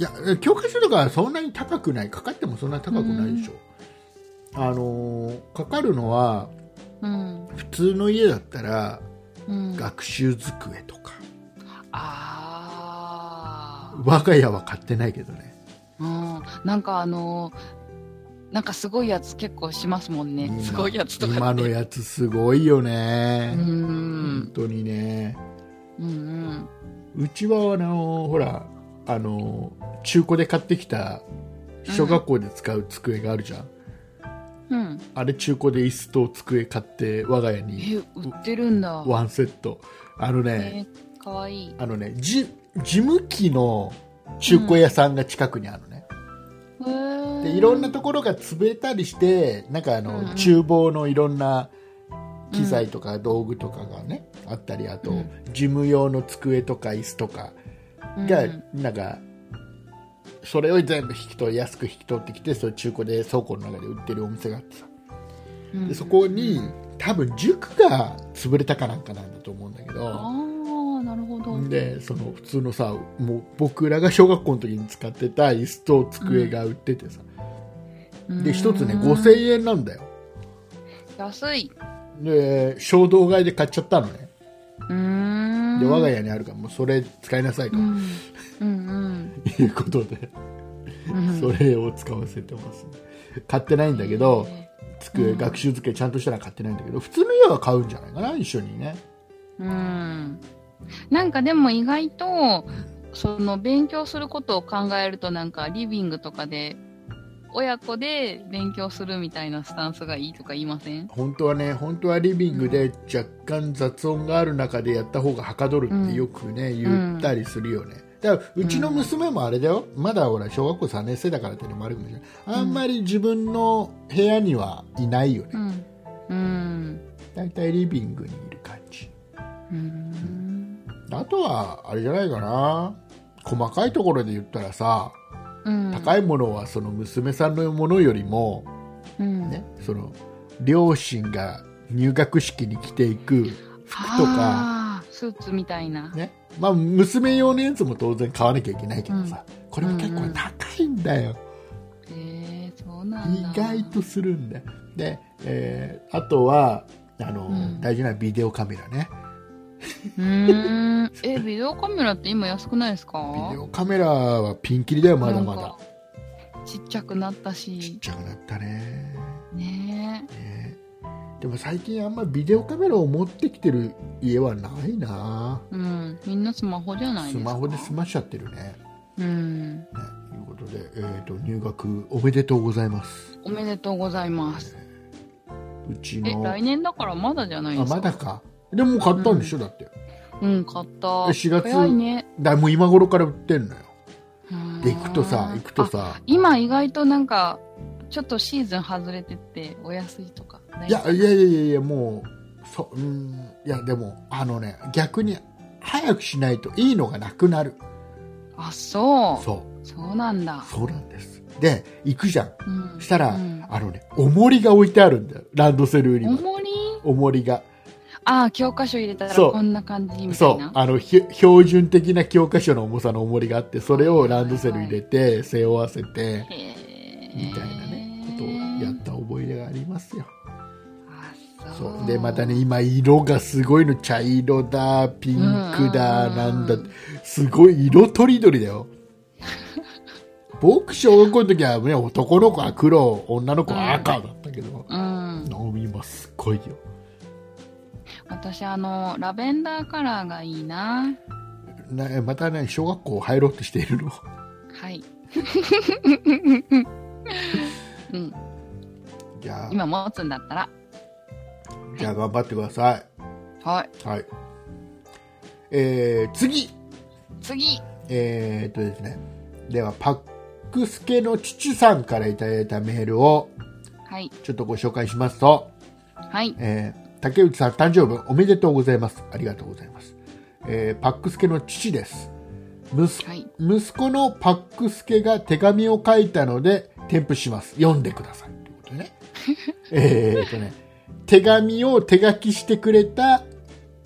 や教科書とかはそんなに高くないかかってもそんなに高くないでしょ、あのーかかるのは
うん。
普通の家だったら
うん。
学習机とか
あ
我が家は買ってないけどね
あ。うん。なんかあのーなんかすごいやつ結構しますもんね。
今
すごいやつとかって。
今のやつすごいよね
う、ん。
本当にね
うんうん。
うちはあのーほらあのー中古で買ってきた小学校で使う机があるじゃん
うん。
あれ中古で椅子と机買って我が家
え、
に
売ってるんだ。
ワンセットあのね
えー、かわいい。
あのねじ事務機の中古屋さんが近くにあるね、
へー
でいろんなところが潰れたりしてなんかあの、
うんうん
厨房のいろんな機材とか道具とかがね、あったりあと、
うん
事務用の机とか椅子とかが、なんかそれを全部引き取り安く引き取ってきてそれ中古で倉庫の中で売ってるお店があってさ
うん
でそこに多分塾が潰れたかなんかなんだと思うんだけど
ああなるほど
でその普通のさもう僕らが小学校の時に使ってた椅子と机が売っててさ、で1つね
うん
5000円なんだよ
安いう
で衝動買いで買っちゃったのね
ーんん
で我が家にあるからもうそれ使いなさいと
うんうん
いうことで、
うんうん
それを使わせてます、買ってないんだけど、
え
机
うん
学習机ちゃんとしたら買ってないんだけど普通の家は買うんじゃないかな一緒にね
ーうんなんかでも意外とその勉強することを考えるとなんかリビングとかで親子で勉強するみたいなスタンスがいいとか言いません
本当はね本当はリビングで若干雑音がある中でやった方がはかどるってよくね、言ったりするよねだからうちの娘もあれだよ、まだほら小学校3年生だからっていうのもあるかもしれないあんまり自分の部屋にはいないよね
うんうん
だいたいリビングにいる感じ
うん
あとはあれじゃないかな細かいところで言ったらさ、
うん
高いものはその娘さんのものよりも、
うん
ね、その両親が入学式に着ていく服とか、
あースーツみたいな、
ねまあ、娘用のやつも当然買わなきゃいけないけどさ、これも結
うん
構
うん
高いんだよ、
えー、そうなんだ
意外とするんだよで、えーあとはあの、
うん
大事なビデオカメラね
うーんえビデオカメラって今安くないですか
ビデオカメラはピンキリだよまだま
なん
だ
かちっちゃくなった
ちっ
し
ちゃくなったね
ね
ねでも最近あんまビデオカメラを持ってきてる家はないな
えうんみんなスマホじゃないです
ス
か
マホで済ましちゃってるね
うん
ね、ということで、えー、と入学おめでとうございます
おめでとうございます
うち
え
の
来年だからまだじゃないで
あ
すか
まだかでももう買ったんでしょ、だってだか
うん買った
え4月
早いね
らもう今頃から売ってんのよ
うーん
で行くとさ行くとさ
あ今意外となんかちょっとシーズン外れてってお安いとかない
いやいやいやいやいやもうそううんいやでもあのね逆に早くしないといいのがなくなる
あそう
そう
そうなんだ
そうなんですで行くじゃん
うん
したら、
うん
あのね重りが置いてあるんだよランドセル売り場
重り
重りが
ああ教科書入れたら
そう
こんな感じみた
そ
いうな
あのひ標準的な教科書の重さの重りがあってそれをランドセル入れて背負わせて
へー
みたいなねことをやった覚えがありますよ
あそ
そううでまたね今色がすごいの茶色だピンクだ
うん
なんだすごい色とりどりだよ僕小学校の時は、ね、男の子は黒女の子は赤だったけど、
うん
飲み今すっごいよ
私あのラベンダーカラーがいいな
なまたね小学校入ろうとしているの
はいうん
じゃあ
今持つんだったら
じゃあ頑張ってください
はい
はい。えー次、
次
えーっとですね。では、パックスケの父さんからいただいたメールを
はい
ちょっとご紹介しますと、
はい
えー竹内さん誕生日おめでとうございます。ありがとうございます。えーパックスケの父です。息,、
はい
息子のパックスケが手紙を書いたので添付します。読んでください。ということでね。 *laughs* えーっとね、手紙を手書きしてくれた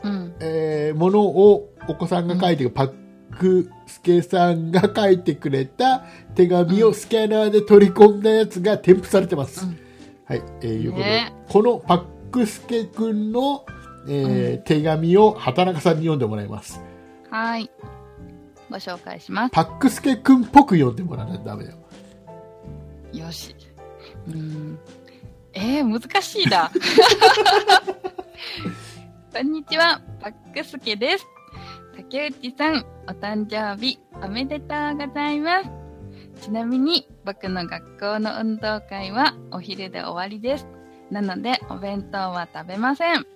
うん
えーものをお子さんが書いて、パックスケさんが書いてくれた手紙をスキャナーで取り込んだやつが添付されてます。
うん
はい、えーいうことで、
ね
このパックスケくんの、えー手紙を畑中さんに読んでもらいます。
はいご紹介します
パックスケくんっぽく読んでもらわないとダメだよ。
よし。うん。えー、難しいな。 *laughs* こんにちは、パックスケです。竹内さん、お誕生日、おめでとうございます。ちなみに、僕の学校の運動会はお昼で終わりです。なので、お弁当は食べません。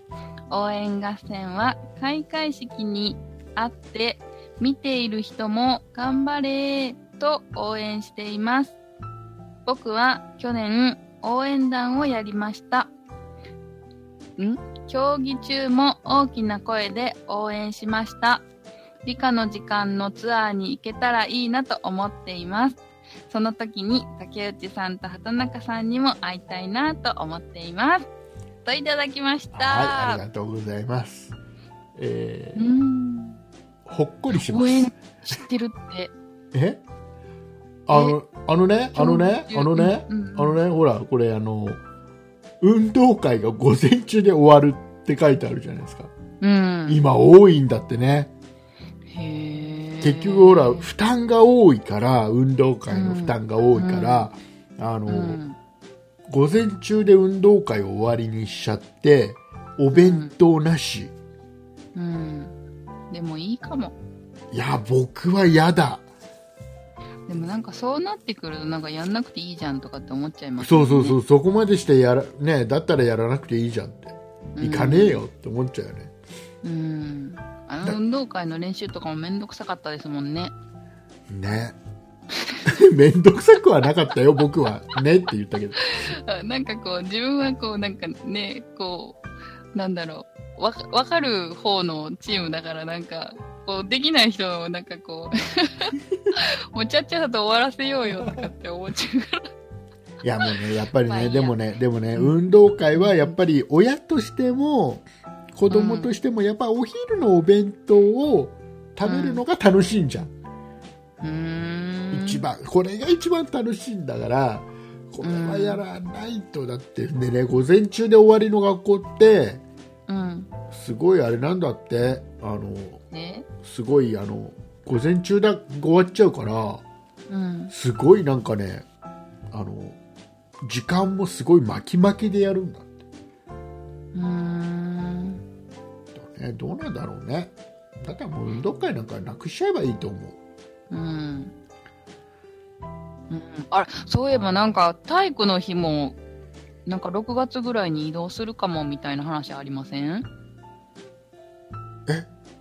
応援合戦は開会式にあって、見ている人も頑張れーと応援しています。僕は去年応援団をやりました。ん競技中も大きな声で応援しました。理科の時間のツアーに行けたらいいなと思っています。その時に竹内さんと畑中さんにも会いたいなと思っています。といただきました。
はい、ありがとうございます。えー
うん。
ほっこりしま
応援
す。
知ってるって。
えあの、あのね、あのね、あのね、
うんうん
あのね、ほら、これあの、運動会が午前中で終わるって書いてあるじゃないですか。
うん。
今多いんだってね
へー
結局ほら負担が多いから運動会の負担が多いから、あの
うん
午前中で運動会を終わりにしちゃってお弁当なし、
うん。でもいいかも。
いや僕は嫌だ
でもなんかそうなってくるとなんかやんなくていいじゃんとかって思っちゃいます
そ
よ
う
ね。
そうそうそこまでしてやらねだったらやらなくていいじゃんって
うん
行かねえよって思っちゃうよね、
うん。あ
だ
の運動会の練習とかもめんどくさかったですもんね。
*laughs* ねめんどくさくはなかったよ僕はねって言ったけど
なんかこう、自分はこう、なんかね、こう、なんだろう、わかわかる方のチームだから、なんか、こう、できない人を、なんかこ *laughs* う、もうちゃっちゃと終わらせようよとかって思っちゃうか
いやもうねやっぱりね、
まあいいや
でもねでもね、
うん
運動会はやっぱり親としても子供としてもやっぱお昼のお弁当を食べるのが楽しいんじゃん、
ら。うーん。
一。番これが一番楽しいんだからこれはやらないと、だってでね午前中で終わりの学校って
うん。
すごいあれなんだってあの
ね。
すごいあの午前中だ終わっちゃうか
う
ら
ん。
すごいなんかねあの時間もすごい巻き巻きでやるんだって
うーん。
ねどうなんだろうねだからもう運動会なんかなくしちゃえばいいと思
う
う
ん。うん、あれそういえばなんか体育の日もなんか6月ぐらいに移動するかもみたいな話ありません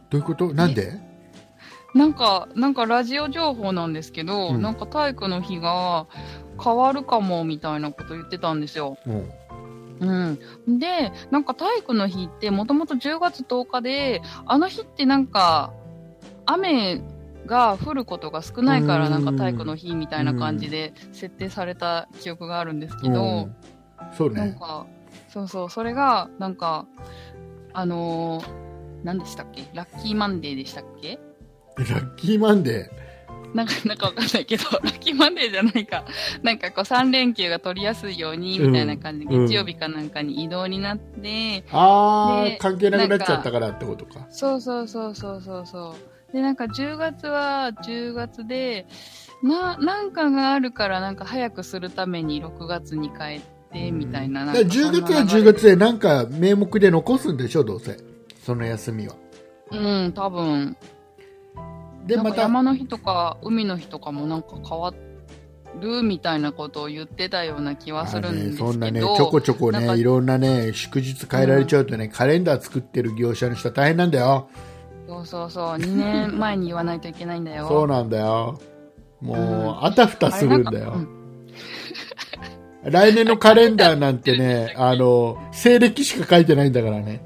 どういうことなんで
なんか、なんかラジオ情報なんですけど、
うん
なんか体育の日が変わるかもみたいなこと言ってたんですよ。
うん
うん。で、なんか体育の日ってもともと10月10日で、あの日ってなんか雨が降ることが少ないから
うん
なんか体育の日みたいな感じで設定された記憶があるんですけど、
うんそう
なん
ね
か、そうそう、それがなんか、あのー、何でしたっけラッキーマンデーでしたっけ
ラッキーマンデー
なんか、なんかわかんないけど、 *laughs* ラッキーマンデーじゃないか。なんかこう3連休が取りやすいように、みたいな感じで、
うん
日曜日かなんかに移動になって、
あ
で
あ関係なくなっちゃったからってことか
そうそうそうそうそうそう。で、なんか10月は10月で、な、なんかがあるからなんか早くするために6月に帰って、みたいな。
だ
な
から
んか
10月は
そん
10
な流れ
月でなんか名目で残すんでしょどうせその休みは
うん、多分。
で
なん
ま
か
た
山の日とか海の日とかもなんか変わるみたいなことを言ってたような気はするんですけど。
あーねそんなねちょこちょこ
なんか
ねいろんなね祝日変えられちゃうとね、カレンダー作ってる業者の人は大変なんだよ
そうそうそう、2年前に言わないといけないんだよ。
*laughs* そうなんだよもう、
うん
あたふた
あ
す
れ
るん
な
だ
か
よ、
うん
来年のカレンダーなんて
*laughs*
ねあの西暦しか書いてないんだからね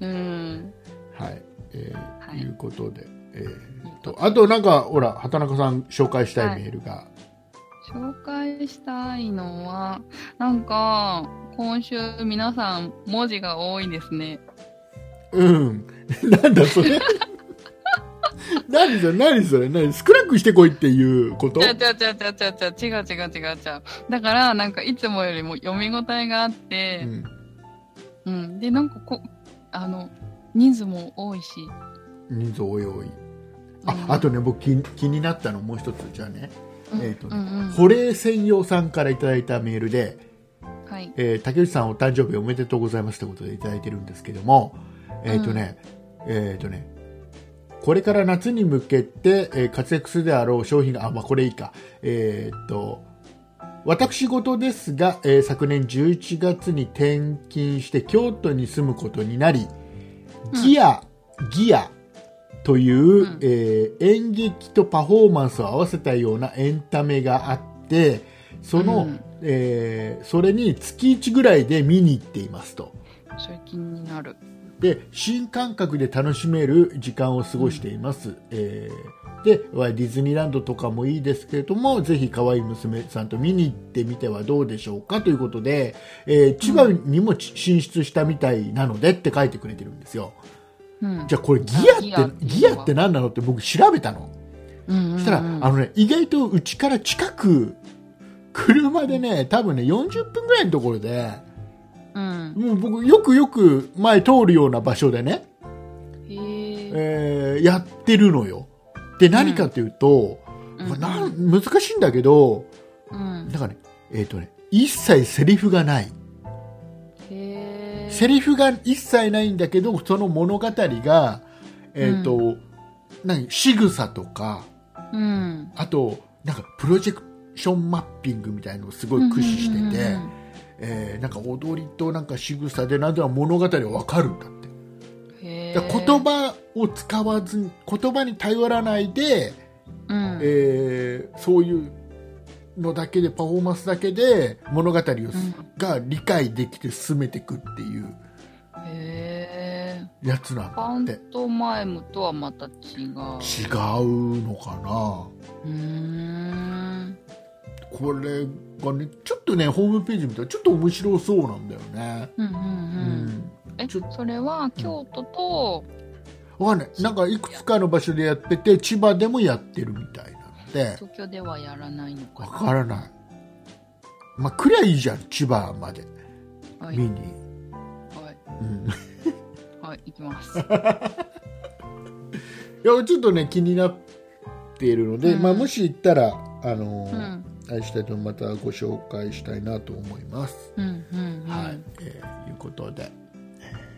うん。
はい、えー
はい
いうことで、えーとあとなんかほら畑中さん紹介したいメールが、
紹介したいのは、なんか、今週皆さん文字が多いですね。
うん。 *laughs* なんだそれ *laughs* 何それ何それ何少なくしてこいっていうこと
ちゃうちゃうちゃうちゃうちゃうちゃう、違う違う違う違う。だから、なんかいつもよりも読み応えがあっ
う
て、
ん、
うん、で、なんかこ、あの、人数も多いし。
人数多い多い。
うん
あ、あとね、僕気に気になったのもう一つ。じゃあね、
うん
えーとね
うんうん
保冷専用さんからいただいたメールで、
はい。
えー竹内さんお誕生日おめでとうございますということでいただいてるんですけども、えっ、とね、えっ、とね、これから夏に向けて、えー活躍するであろう商品が、あ、まあ、これいいか。えっ、と、私事ですが、えー昨年11月に転勤して京都に住むことになり、
うん
ギア、ギアという、
うん
えー演劇とパフォーマンスを合わせたようなエンタメがあって、その、
うん
えーそれに月1ぐらいで見に行っていますと。
それ気になる。
で新感覚で楽しめる時間を過ごしています、えーではディズニーランドとかもいいですけれどもぜひ可愛い娘さんと見に行ってみてはどうでしょうかということで、えー千葉にもち進出したみたいなのでって書いてくれてるんですよ
うん。
じゃあこれギアって
あ
ギ
ギ
ア
ア
って何なのって僕調べたの
うんうんうん
そしたら、あのね意外とうちから近く車でね多分ね40分ぐらいのところで
うん。
もう僕、よくよく前通るような場所でね、
へえ。
えーやってるのよ。で、何かというと、
うん
まあなん難しいんだけど、
うん。
なんかね、えっ、とね、一切セリフがない。
へえ。
セリフが一切ないんだけど、その物語が、えっ、と、何、仕草とか、
うん。
あと、なんかプロジェクションマッピングみたいのをすごい駆使してて、えーなんか踊りとなんか仕草でなんとは物語がわかるんだって。
て。へえ。
だから言葉を使わずに、言葉に頼らないで、
うん。
えーそういうのだけでパフォーマンスだけで物語をす、が理解できて進めていくっていう
へえ。
やつなん
パ
だって
ントマイムとはまた違う。
違うのかな
うーん。
これがねちょっとねホームページ見たらちょっと面白そうなんだよね
うんうんうん。え
ちょ、
それは京都と、
わかんないなんかいくつかの場所でやってて千葉でもやってるみたいなので
東京ではやらないのか
わ
な。
からないまあくりゃいいじゃん千葉まで
はい
見に、
はい。
うん *laughs*
はい、行きます。
いやちょっとね気になっているので、
うん
まあ、もし行ったらあの
う
ー、
ん。
愛したいとまたご紹介したいなと思います。
うんうん、うん。
はい、えーいうことで、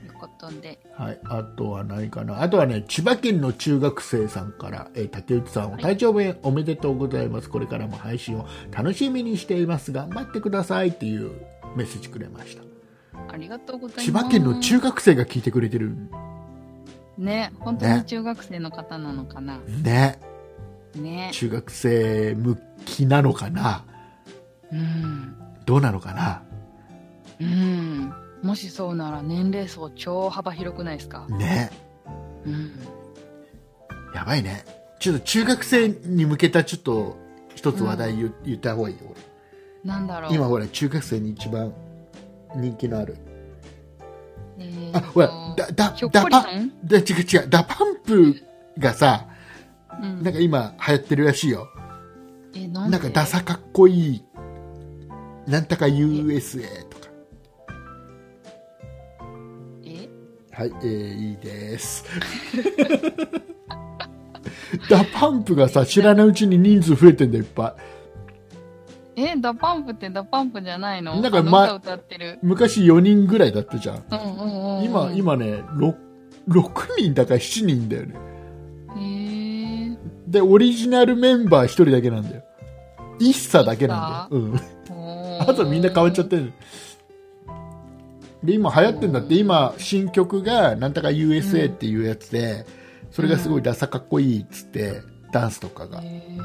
ということで。
はい、あとは何かなあとはね千葉県の中学生さんから、えー竹内さんお
い
誕生日おめでとうございます、これからも配信を楽しみにしています頑張ってくださいっていうメッセージくれました
ありがとうございます。
千葉県の中学生が聞いてくれてる
ね、本当に中学生の方なのかな。
ね
ね。
中学生向きなのかな
うん。
どうなのかな
うん。もしそうなら年齢層超幅広くないですか
ね
うん。
やばいね。ちょっと中学生に向けたちょっと一つ話題言,、言った方がいいよ。
なんだろう。
俺今ほら中学生に一番人気のある。
えーと
あ、ほら、だ、だ
ひょ、っ
だ
こり
パ
さ
ン、
ん
だ、違う違う、ダパンプがさ、
うん
なんか今流行ってるらしいよ。
え、な
なんかダサかっこいい、なんたか USA とか。
え
はい、えー、いいです。 *laughs* ダパンプがさ、知らないうちに人数増えてんだよ、いっぱい。
え、ダパンプってダパンプじゃないの
なんか
あの
ま
歌歌ってる。
昔4人ぐらいだったじゃん。
うんうんうん。
今、。今ね、6, 6人だから7人だよね。
へえ。
で、オリジナルメンバー1人だけなんだよ。一茶だけなんだよ。うん。あ
あ
とみんな変わっちゃってる。で、今流行ってんだって、
うん
今、新曲が、なんとか USA っていうやつで、それがすごいダサかっこいいっつって、ダンスとかが。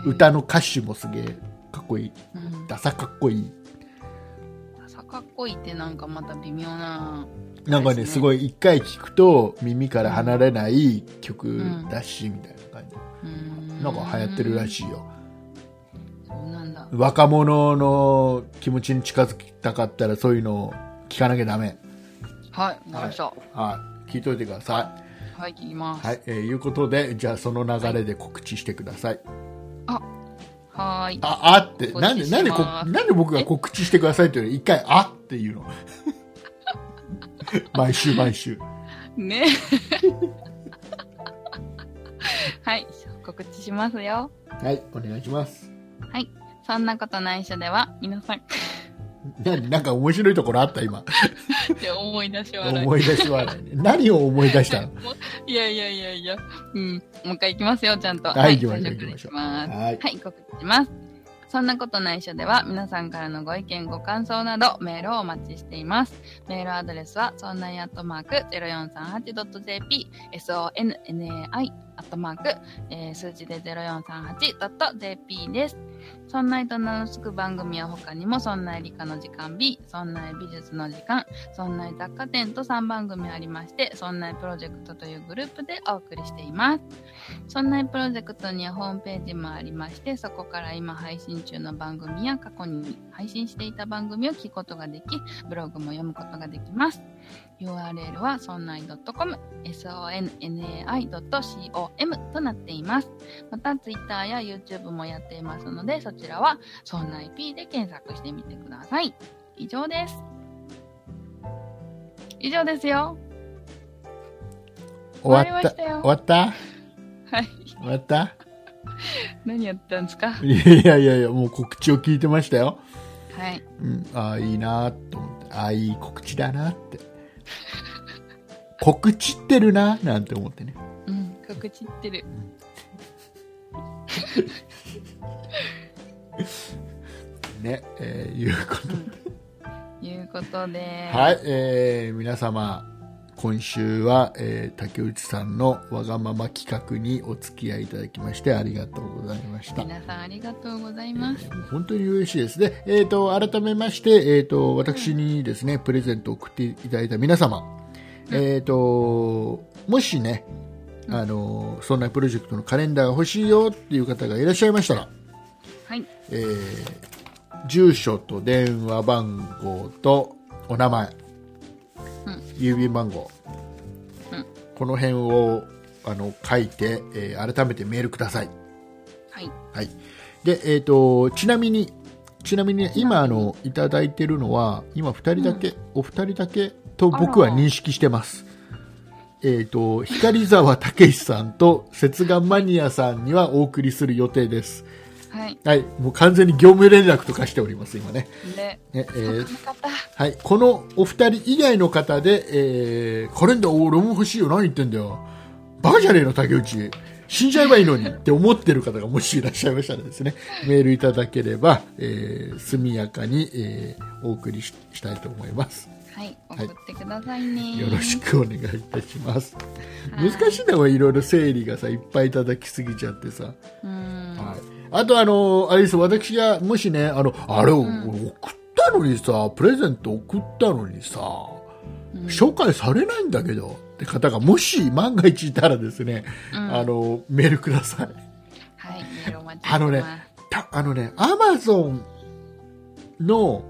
歌の歌手もすげえかっこいい。
うん
ダサかっこいい。
ダサかっこいいってなんかまた微妙な。
なんか
そうで
ね、
すね
すごい一回聴くと耳から離れない曲だし、みたいな感じ。
な
なんか流行ってるら
い。
しいよ。
そうなんだ。
若者の気持ちに近づきたかったらそういうのを聞かなきゃダメ。
はい、なりました。
はい。聞いといてくださ
はい、切りま
い。
す。
はい。えーいうことで、じゃあその流れで告知してください。
はーい。
あ、あって、
告知
なんで、
し
なんでこ、
ます
なんで僕が告知してくださいっていうのに一回、あっていうの。 *laughs* 毎週毎週。 *laughs*
ね。はい、告知しますよ。
はい、お願いします。
はい。そんなことないっしょでは、皆さん
何、なんか面白いところあった今。
って思い出し笑い。
思い出し笑いね。何を思い出したの
いやいやいやいや。うん。もう一回行きますよ、ちゃんと。
はい行きましょう
最初から行きます。
はい。
はい、告知します。そんなことないっしょでは、皆さんからのご意見、ご感想など、メールをお待ちしています。メールアドレスは、そんないアットマーク 0438.jp、sonnai アットマーク、えー数字で 0438.jp です。そんないと名の付く番組は他にも、そんない理科の時間 B、そんない美術の時間、そんない雑貨店と3番組ありまして、そんないプロジェクトというグループでお送りしています。そんないプロジェクトにはホームページもありまして、そこから今配信中の番組や過去に配信していた番組を聞くことができ、ブログも読むことができます。URL はそんない .com、sonnai.com となっています。また Twitter や YouTube もやっていますので、そちらはそんない P で検索してみてください。以上です。以上ですよ。
終わ
終わ
っ
りま
た
したよ
終わった
はい。
終わった
何やったんですか
いやいやいやいやもう告知を聞いてましたよ、
はい。
うん、ああいいなと思ってああいい告知だなって告知ってるななんて思ってね
うん、告知ってる。
ねえーいうこと
うん。いうことで、
はい、えー皆様今週は、えー竹内さんのわがまま企画にお付き合いいただきましてありがとうございました。
皆さんありがとうございます。
もう本当に嬉しいですね。えっ、と、改めまして、えっ、と、私にですね、プレゼントを送っていただいた皆様、えっ、と、もしね、
うん
あの、そんなプロジェクトのカレンダーが欲しいよっていう方がいらっしゃいましたら、
はい。
えー住所と電話番号とお名前、
うん
郵便番号、
うん
この辺をあの書いて、えー改めてメールください、
はい。
はいでえー、とちなみにちなみに今あのいただいてるのは今2人だけ、お二人だけと僕は認識してますえー、と光沢武さんと節眼マニアさんにはお送りする予定です
はい。
はい、もう完全に業務連絡とかしております、今ね。
で、
ねえー
この方、
はい、このお二人以外の方で、えーカレンダー俺も欲しいよ、何言ってんだよ。バカじゃねえの、竹内。死んじゃえばいいのにって思ってる方がもしいらっしゃいましたらですね、メールいただければ、えー速やかに、えーお送りししたいと思います。
はい。送ってくださいね。
よろしくお願いいたします。
はい
難しいのはいろいろ整理がさ、いっぱいいただきすぎちゃってさ。
うん。
はい、あとあのあれです私がもしねあのあれを、俺送ったのにさプレゼント送ったのにさ
うん
紹介されないんだけどって方がもし万が一いたらですね、
うん
あのメールください
はい。メールお待ちしてます。
あのねたあのねアマゾンの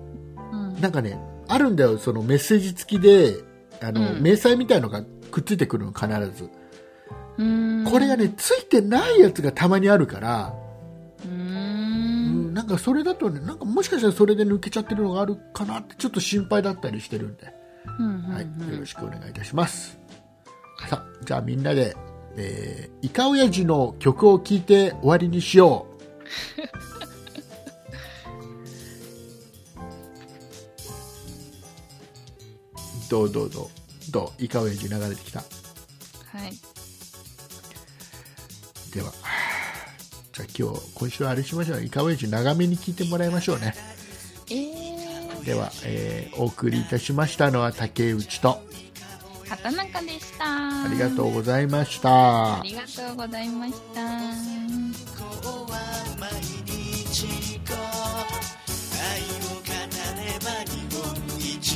うん。
なんかねあるんだよそのメッセージ付きであの、
うん
明細みたいのがくっついてくるの必ず
うん
これが、ねついてないやつがたまにあるから、
う。
うんんなんかそれだとねなんかもしかしたらそれで抜けちゃってるのがあるかなってちょっと心配だったりしてるんで、
うん
はい
うんうん
よろしくお願いいたしますさあじゃあみんなで、えー、イカオヤジの曲を聴いて終わりにしよう
*laughs*
どうどうどうどうイカオヤジ流れてきた
はい。
ではじゃあ今日今週はあれしましょうイカオヤジ長めに聴いてもらいましょうね
えー、
では、えーお送りいたしましたのは竹内と
畑中でした。
ありがとうございました
ありがとうございました。
話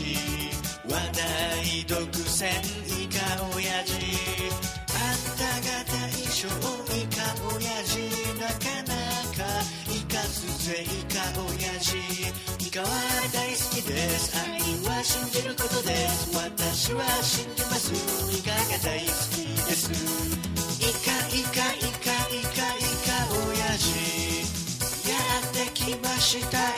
題独占イカオヤジあんたが大将イカオヤジなかなかイカすぜイカオヤジイカは大好きです愛は信じることです私は信じますイカが大好きですイカイカイカイカイカオヤジやってきました